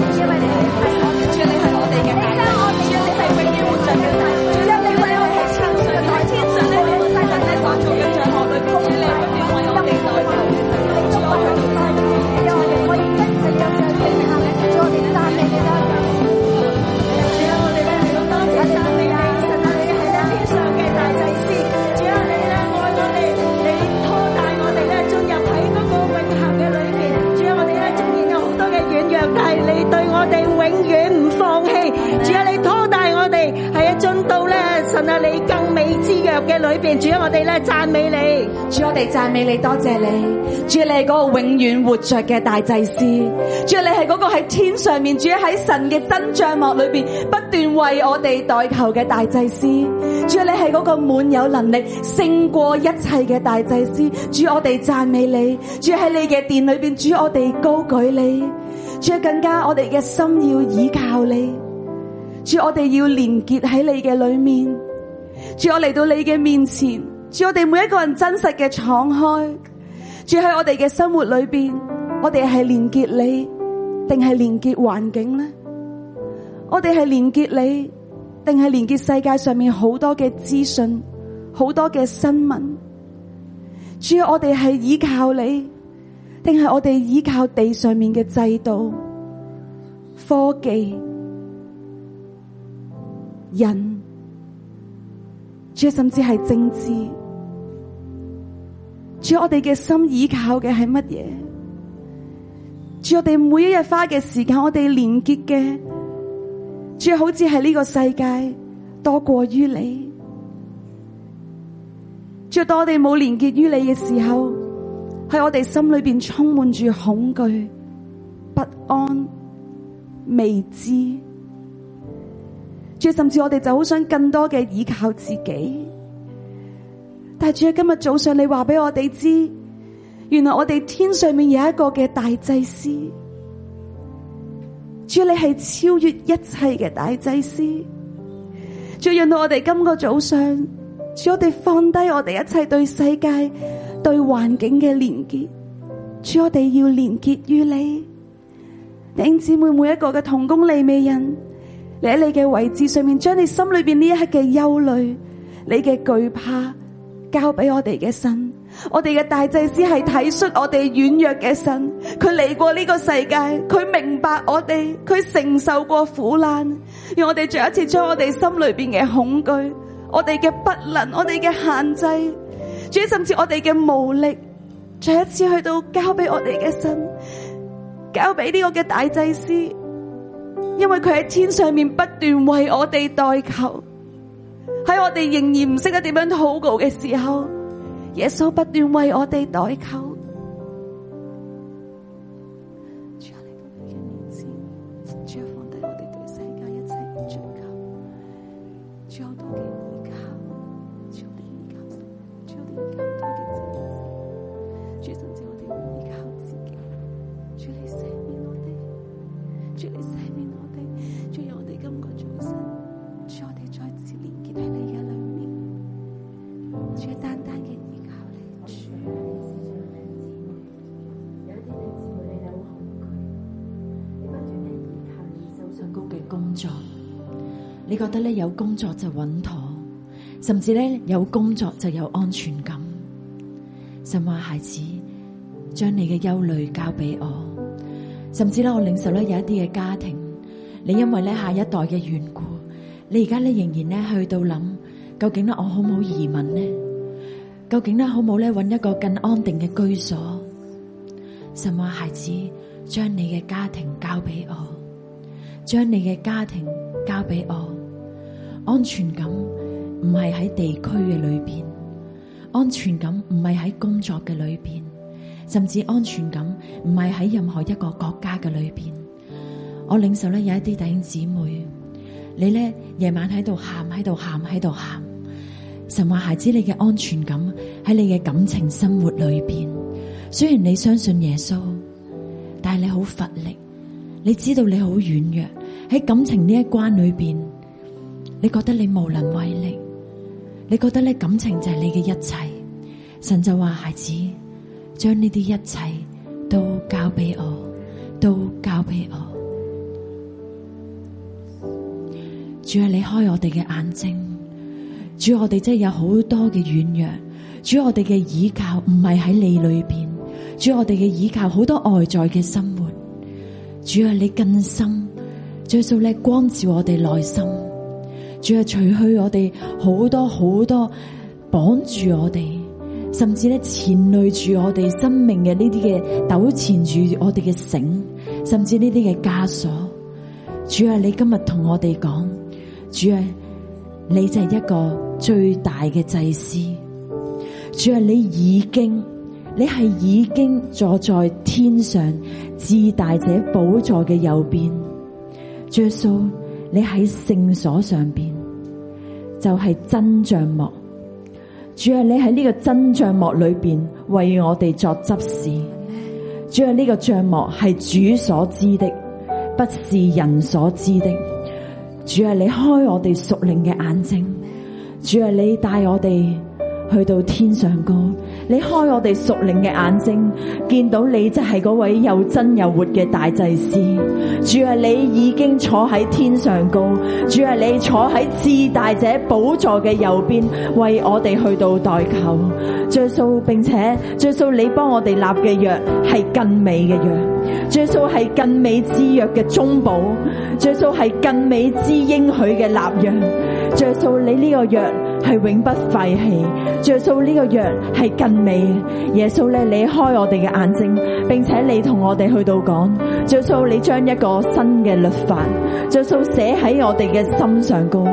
E: 主你係我哋嘅大能，主你係永遠活着嘅神，主你為我哋撐住在天上咧，我哋神咧所做嘅帳幕裏，主你永遠為我哋代求，主我哋讚美你，我哋可以一齊咁樣傾下咧，主我哋讚美你啦。主啊，我哋咧係多謝讚美你，神啊，你係咧天上嘅大祭司，主啊，你咧愛我哋，你拖帶我哋咧進入喺嗰個永恆嘅裏邊，主啊，我哋咧縱然有好多嘅軟弱，但係你對我哋永遠唔放棄，主啊，你拖帶我哋係啊進到咧神啊你更美之約嘅裏邊，主啊，我哋咧讚美你。
G: 主，我哋讚美你，多謝你。主，你係嗰個永遠活着嘅大祭司。主，你係嗰個喺天上面，主喺神嘅真帳幕裏邊不斷為我哋代求嘅大祭司。主，你係嗰個滿有能力勝過一切嘅大祭司。主，我哋讚美你。主喺你嘅殿裏邊，主我哋高舉你。主更加我哋嘅心要倚靠你。主，我哋要連結喺你嘅裏面。主我嚟到你嘅面前，主我哋每一個人真實嘅敞開，主喺我哋嘅生活裏邊，我哋係連結你，定係連結環境呢？我哋係連結你，定係連結世界上面好多嘅資訊，好多嘅新聞？主我哋係依靠你，定係我哋依靠地上面嘅制度、科技、人？主甚至係政治。主我哋嘅心依靠嘅係乜嘢？主我哋每一日花嘅時間，我哋連結嘅，主好似係呢個世界多過於你。主當我哋冇連結於你嘅時候，喺我哋心裏邊充滿住恐懼、不安、未知。主甚至我哋就好想更多嘅依靠自己。但係主今日早上你話俾我哋知，原來我哋天上面有一個嘅大祭司，主你係超越一切嘅大祭司。主讓到我哋今個早上，主我哋放低我哋一切對世界、對環境嘅連結，主我哋要連結於你。弟兄姊妹，每一個嘅同工利未人。你喺你嘅位置上面，將你心裏邊呢一刻嘅憂慮、你嘅懼怕，交俾我哋嘅神。我哋嘅大祭司係體恤我哋軟弱嘅神，佢嚟過呢個世界，佢明白我哋，佢承受過苦難，讓我哋再一次將我哋心裏邊嘅恐懼、我哋嘅不能、我哋嘅限制，主甚至我哋嘅無力，再一次去到交俾我哋嘅神，交俾呢個嘅大祭司。因為佢喺天上面不斷為我哋代求，喺我哋仍然唔識得點樣禱告嘅時候，耶穌不斷為我哋代求。主啊，嚟到你嘅面前，主啊，放低我哋對世界一切嘅追求，主啊，好多嘅依靠，主啊，我哋依靠神，主啊，我哋依靠好多嘅自己，主甚至我哋會依靠自己，主你赦免我哋。主你赦免我哋，主讓我哋今個早晨，主我哋再次連結喺你嘅裏面，主單單嘅依靠你，主
H: 有一啲弟兄姊妹你哋好恐懼，你不斷咧依靠你手上高嘅工作，你覺得咧有工作就穩妥，甚至咧有工作就有安全感。神話孩子，將你嘅憂慮交俾我，甚至咧我領受咧有一啲嘅家庭，你因為咧下一代嘅緣故，你而家咧仍然咧去到諗，究竟咧我好唔好移民呢？究竟咧好唔好咧揾一個更安定嘅居所？神話孩子，將你嘅家庭交俾我，將你嘅家庭交俾我。安全感唔係喺地區嘅裏邊，安全感唔係喺工作嘅裏邊，甚至安全感唔係喺任何一個國家嘅裏邊。我領受咧有一啲弟兄姊妹，你咧夜晚喺度喊，喺度喊，喺度喊。神話孩子，你嘅安全感喺你嘅感情生活裏邊。雖然你相信耶穌，但係你好乏力，
I: 你知道你好軟弱，喺感情呢一關裏邊，你覺得你無能為力，你覺得咧感情就係你嘅一切，神就話孩子，將呢啲一切都交俾我，都交俾我。主啊，你開我哋嘅眼睛，主啊我哋真係有好多嘅軟弱，主啊我哋嘅倚靠唔係喺你裏邊，主啊我哋嘅倚靠好多外在嘅生活，主啊你更深，最數咧光照我哋內心，主啊除去我哋好多好多綁住我哋，甚至咧纏累住我哋生命嘅呢啲嘅糾纏住我哋嘅繩，甚至呢啲嘅枷鎖。主啊，你今日同我哋講，主啊，你就係一個最大嘅祭司。主啊，你已經，你係已經坐在天上至大者寶座嘅右邊。主耶穌，你喺聖所上邊，就係、真帳幕。主啊，你喺呢個真帳幕裏邊為我哋作執事。主啊，呢、個帳幕係主所知的。不是人所知的。主啊，你開我哋屬靈嘅眼睛，主啊，你帶我哋去到天上高，你開我哋屬靈嘅眼睛，見到你即係嗰位又真又活嘅大祭司。主啊，你已經坐喺天上高，主啊，你坐喺至大者寶座嘅右邊，為我哋去到代求。最數並且最數你幫我哋立嘅約係更美嘅約。最數係更美之約嘅中保，最數係更美之應許嘅立約，最數你呢個約係永不廢棄，最數呢個約係更美。耶穌咧，你開我哋嘅眼睛，並且你同我哋去到講，最數你將一個新嘅律法，最數寫喺我哋嘅心上高。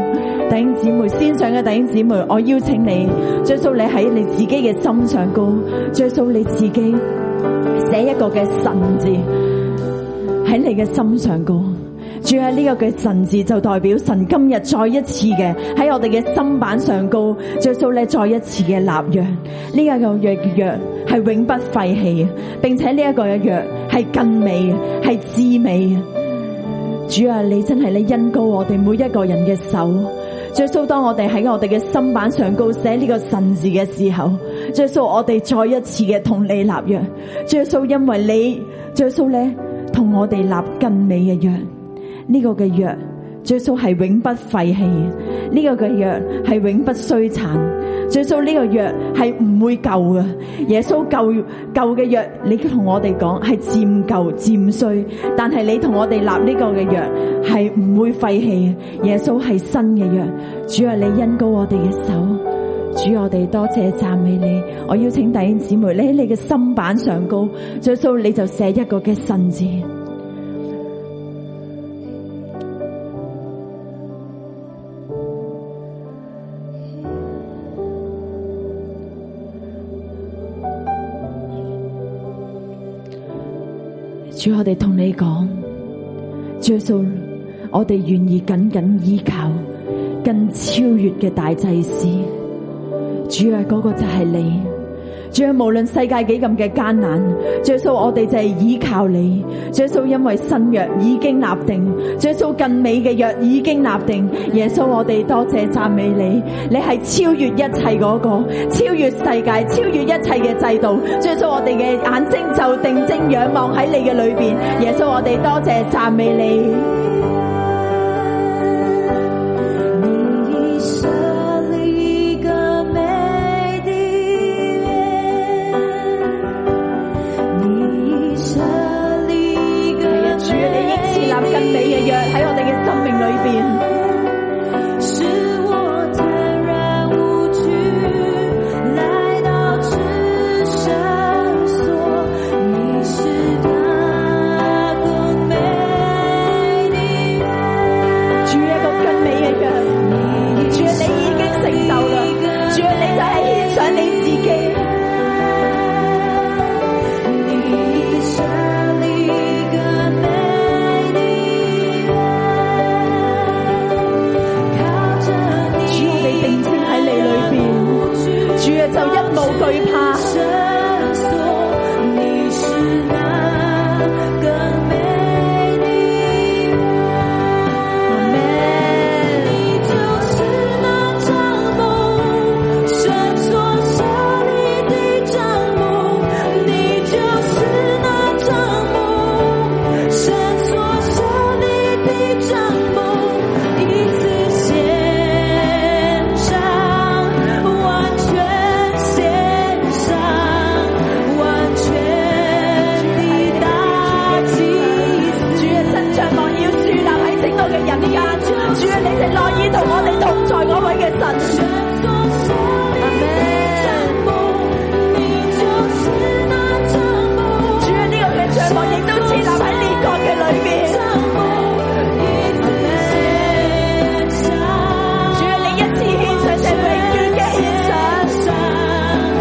I: 弟兄姊妹，先上嘅弟兄姊妹，我邀請你，最數你喺你自己嘅心上高，最數你自己。寫一個嘅神字喺你嘅心上高。主喺呢個嘅神字就代表神今日再一次嘅喺我哋嘅心板上高，最數咧再一次嘅立約。呢、一個約約係永不廢棄嘅，並且呢一個嘅約係更美嘅，係至美嘅。主啊，你真係你恩高我哋每一個人嘅手。最數當我哋喺我哋嘅心板上高寫呢個神字嘅時候，最數我哋再一次嘅同你立約，最數因為你，最數咧同我哋立更美嘅約，呢、個嘅約最數係永不廢棄，呢、個嘅約係永不衰殘，最數呢個約係唔會舊嘅。耶穌舊舊嘅約，你同我哋講係漸舊漸衰，但係你同我哋立呢個嘅約係唔會廢棄嘅。耶穌係新嘅約，主啊，你恩膏我哋嘅手。主，我哋多謝讚美你。我邀請弟兄姊妹，你喺你嘅心板上高，最數你就寫一個嘅神字。主，我哋同你講，最數我哋願意緊緊依靠更超越嘅大祭司。主啊，嗰、個就係你。主啊，無論世界幾咁嘅艱難，最數我哋就係依靠你。最數因為新約已經立定，最數更美嘅約已經立定。耶穌，我哋多謝讚美你，你係超越一切嗰、個，超越世界，超越一切嘅制度。最數我哋嘅眼睛就定睛仰望喺你嘅裏邊。耶穌，我哋多謝讚美你。
E: 你设立一个美的约，你设立一个
I: 係啊，主啊，你一次立更美嘅約喺我哋嘅生命裏邊。
E: 使我坦然无惧来到至圣所，你是那更美的主啊，你哋樂意同我哋同在嗰位嘅神。阿們主啊，呢個嘅帳幕亦都設立喺列國嘅裏面。主啊，你一次獻上就永遠嘅獻上。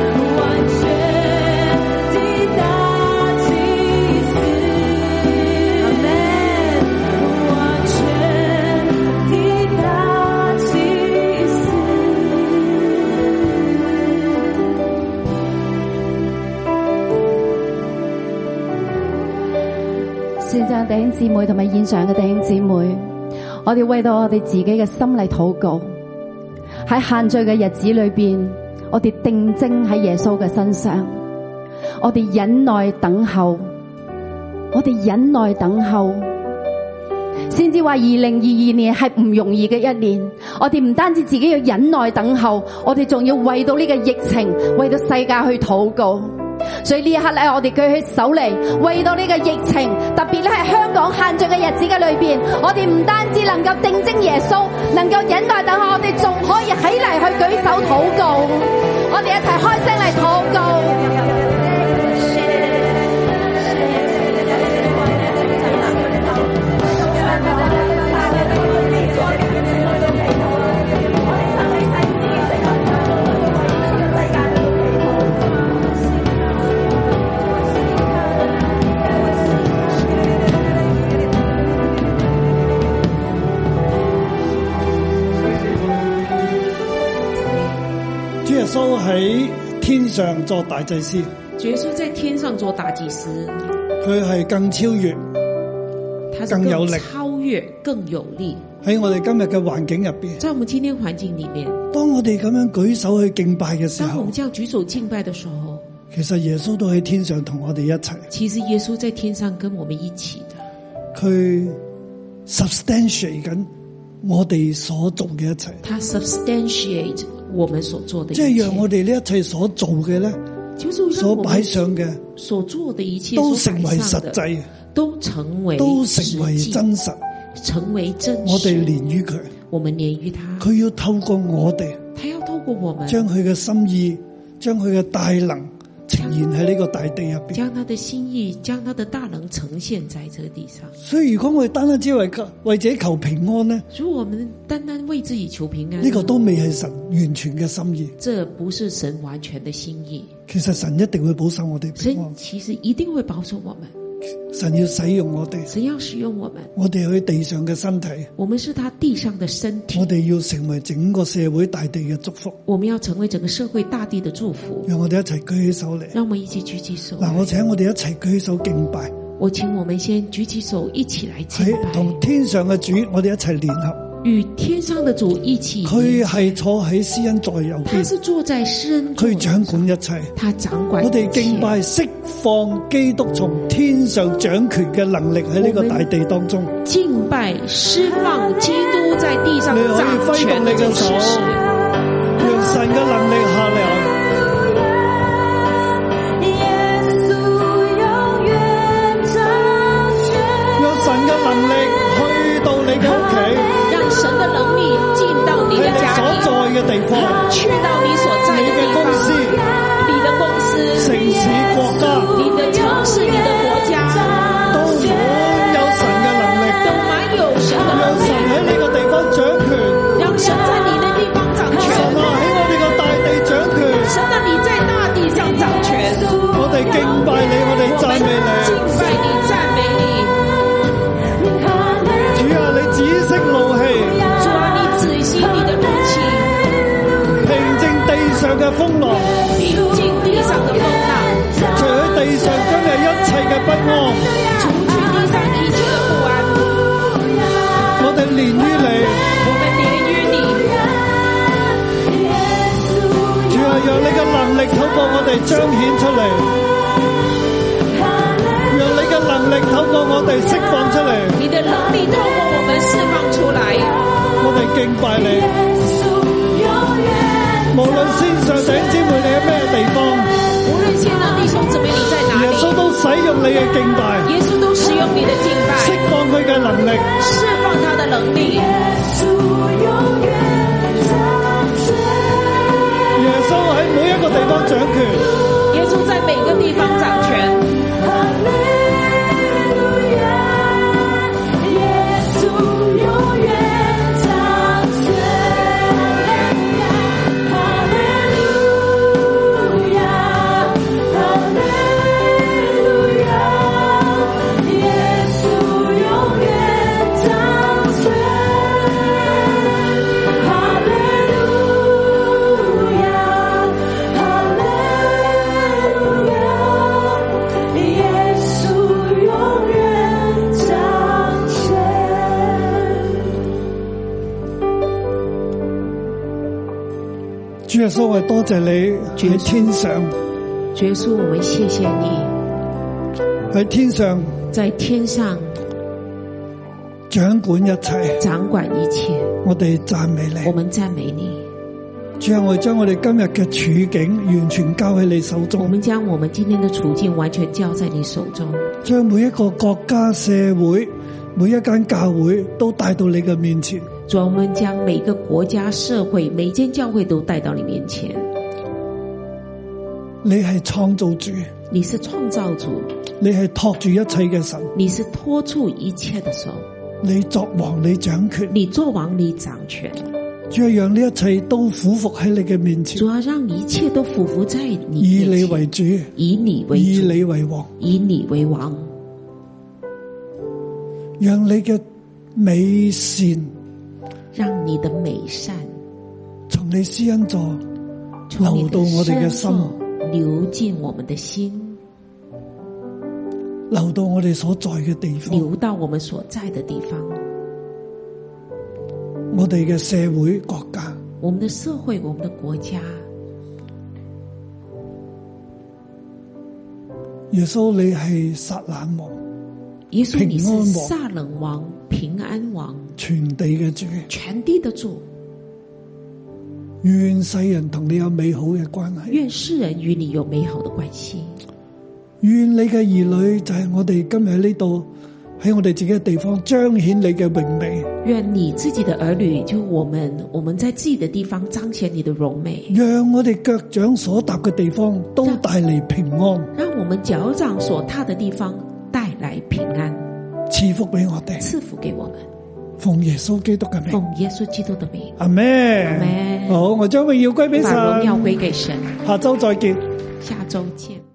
F: 线上弟兄姊妹同埋现上嘅弟兄姊妹，我哋为到我哋自己嘅心嚟祷告。喺限聚嘅日子里边，我哋定睛喺耶稣嘅身上，我哋忍耐等候，我哋忍耐等候。先至话二零二二年系唔容易嘅一年，我哋唔单止自己要忍耐等候，我哋仲要为到呢个疫情，为到世界去祷告。所以呢一刻咧，我哋举起手嚟，为到呢个疫情，特别咧喺香港限聚嘅日子嘅里边，我哋唔单止能够定睛耶稣，能够忍耐等候，我哋仲可以起嚟去举手祷告。我哋一齐开声嚟祷告。
B: 主耶穌喺天上作大祭司，
C: 主耶穌在天上做大祭司，
B: 佢係更超越
C: 他是
B: 更有力
C: 超越、更有力。
B: 喺我哋今日嘅環境入边。
C: 在我們今天環境裡面，
B: 當我哋咁樣舉手去敬拜嘅時
C: 當我
B: 候
C: 們，這樣舉手敬拜的時候，
B: 其實耶穌都喺天上同我哋一齊，
C: 其實耶穌在天上跟我們一起的，
B: 佢 substantiate 緊我哋所做嘅一切，
C: 他 substantiate 我們所做的一
B: 即
C: 切，
B: 係讓我哋呢一切所做嘅咧，
C: 就是讓
B: 所
C: 我
B: 擺
C: 們
B: 上嘅
C: 所做的一切
B: 都
C: 所
B: 成
C: 擺
B: 為
C: 上
B: 實
C: 的，
B: 際，
C: 都成為
B: 都成為
C: 實際
B: 真實。
C: 成為真實。
B: 我哋連於佢，
C: 我們連於他，
B: 佢要透過我哋，
C: 他要透過我們
B: 將佢嘅心意，將佢嘅大能呈現喺呢個大地入边。
C: 將他的心意、將他的大能呈現在這個地上。
B: 所以如果我哋單單只為求为自己求平安咧，
C: 如果我們單單為自己求平安，
B: 呢、個都未係神完全嘅心意。
C: 这不是神完全的心意。
B: 其實神一定會保守我哋平
C: 神
B: 安，
C: 其實一定會保守我們，
B: 神要使用我哋，
C: 神要使用我們，
B: 我哋喺地上嘅身體，
C: 我們是他地上的身體
B: 我，哋要成為整個社會大地嘅祝福。
C: 我們要成為整個社會大地的祝福。
B: 讓我哋一齊舉起手嚟。
C: 讓我們一起舉起手。
B: 嗱，我請我哋一齊舉起手敬拜，
C: 我請我們先舉起手，一起來敬
B: 喺哎同
C: 拜，
B: 天上嘅主，我哋一齊聯合。
C: 與天上的主一起。
B: 佢係坐喺施恩座右
C: 他
B: 邊，
C: 是坐在施恩座
B: 佢掌管一切。
C: 他掌管一
B: 我
C: 切。
B: 哋敬拜釋放基督從天上掌權嘅能力喺呢個大地當中。
C: 敬拜释放基督在地上
B: 你可以
C: 掌
B: 揮
C: 權
B: 動你
C: 的這
B: 嘅
C: 个
B: 手
C: 事实。，
B: 讓神嘅能力下嚟。 让神嘅能力去到你嘅屋企，
C: 让神的能力进到你
B: 去
C: 的
B: 你
C: 家
B: 所
C: 庭，
B: 在嘅地方，
C: 去到你所在
B: 你
C: 的
B: 嘅
C: 地
B: 公司
C: 方，、你的公司、
B: 城市、國家
C: 你的城市、你的国家，
B: 都滿有神嘅能力，
C: 都满有神
B: 讓
C: 的能
B: 神
C: 力，
B: 喺呢個地方掌權。
C: 让神在你的地方掌
B: 神
C: 权，
B: 啊，喺我哋個大地掌權，
C: 神让你在大地上掌权。
B: 我哋敬拜你，我哋
C: 我
B: 讚
C: 们
B: 美
C: 敬
B: 你。
C: 拜你，赞美你，
B: 主啊，你止息怒氣，
C: 主啊，你仔细你的怒气。
B: 平靜地上嘅風浪，
C: 平静地上的风浪，
B: 除去地上今日一切嘅不安。
C: 除去地上一切的不安。
B: 我哋連於你，
C: 我们连于你，
B: 主啊，讓你嘅能力透過我哋彰顯出嚟。让你嘅能力透过我哋释放出嚟，
C: 你的能力透过我们释放出来。
B: 我哋敬拜你。无论线上弟兄姊妹你喺咩地方，
C: 无论现在弟兄姊妹你在哪
B: 耶稣
C: 里，
B: 都使用你嘅敬拜，
C: 耶稣都使用你的敬
B: 释
C: 拜，
B: 放佢嘅能力，
C: 释放他的能力，
B: 让主耶穌，我哋多謝你
C: 主耶穌
B: 喺天上，
C: 主耶稣，我们谢谢你
B: 喺天上
C: 在天上
B: 掌管一切。
C: 掌管一切，
B: 我哋讚美
C: 我
B: 你，
C: 们赞美你。
B: 主啊，我哋將我哋今日嘅處境完全交喺你手
C: 我
B: 中，
C: 们将我们今天的处境完全交在你手中，
B: 將每一個國家、社會、每一間教會都帶到你嘅面前。
C: 主啊，我们将每个国家、社会、每间教会都带到你面前。
B: 你係創造主，
C: 你是创造主，
B: 你係托住一切嘅神，
C: 你是托住一切的手，
B: 你作王，你掌權。
C: 你做王，你掌权。
B: 主啊，讓呢一切都俯伏喺你嘅面前
C: 主，要让一切都俯伏在你面
B: 以
C: 前
B: 你為主，
C: 以你为
B: 以
C: 主，
B: 你為王，
C: 以你为王，
B: 讓你嘅美善
C: 让你的美善
B: 從你施恩座。
C: 从你
B: 流到我哋嘅
C: 的
B: 心
C: 身上流进我们的心，
B: 流到我哋所在嘅地方，
C: 流到我们所在的地方，
B: 我哋嘅社會國家，
C: 我们的社会，我们的国家。
B: 耶穌你係撒冷王，
C: 耶稣，
B: 平
C: 你
B: 安
C: 是
B: 王
C: 撒冷王、平安王、
B: 全地嘅主，
C: 全地的主，
B: 願世人同你有美好嘅關係，
C: 愿世人与你有美好的关系。
B: 願你嘅兒女就係我哋今日喺呢度喺我哋自己嘅地方彰顯你嘅榮美，
C: 愿你自己的儿女，就我们，我们在自己的地方彰显你的荣美，
B: 讓我哋腳掌所踏嘅地方都帶嚟平安，
C: 让我们脚掌所踏的地方带来平安，
B: 賜福俾我哋，
C: 赐福给我们。
B: 奉耶穌基督嘅名，
C: 奉耶稣基督的名，
B: 阿咩？
C: Amen
B: 好，我將榮耀歸俾
C: 把荣耀
B: 神，
C: 归给神。
B: 下周再見。
C: 下周见。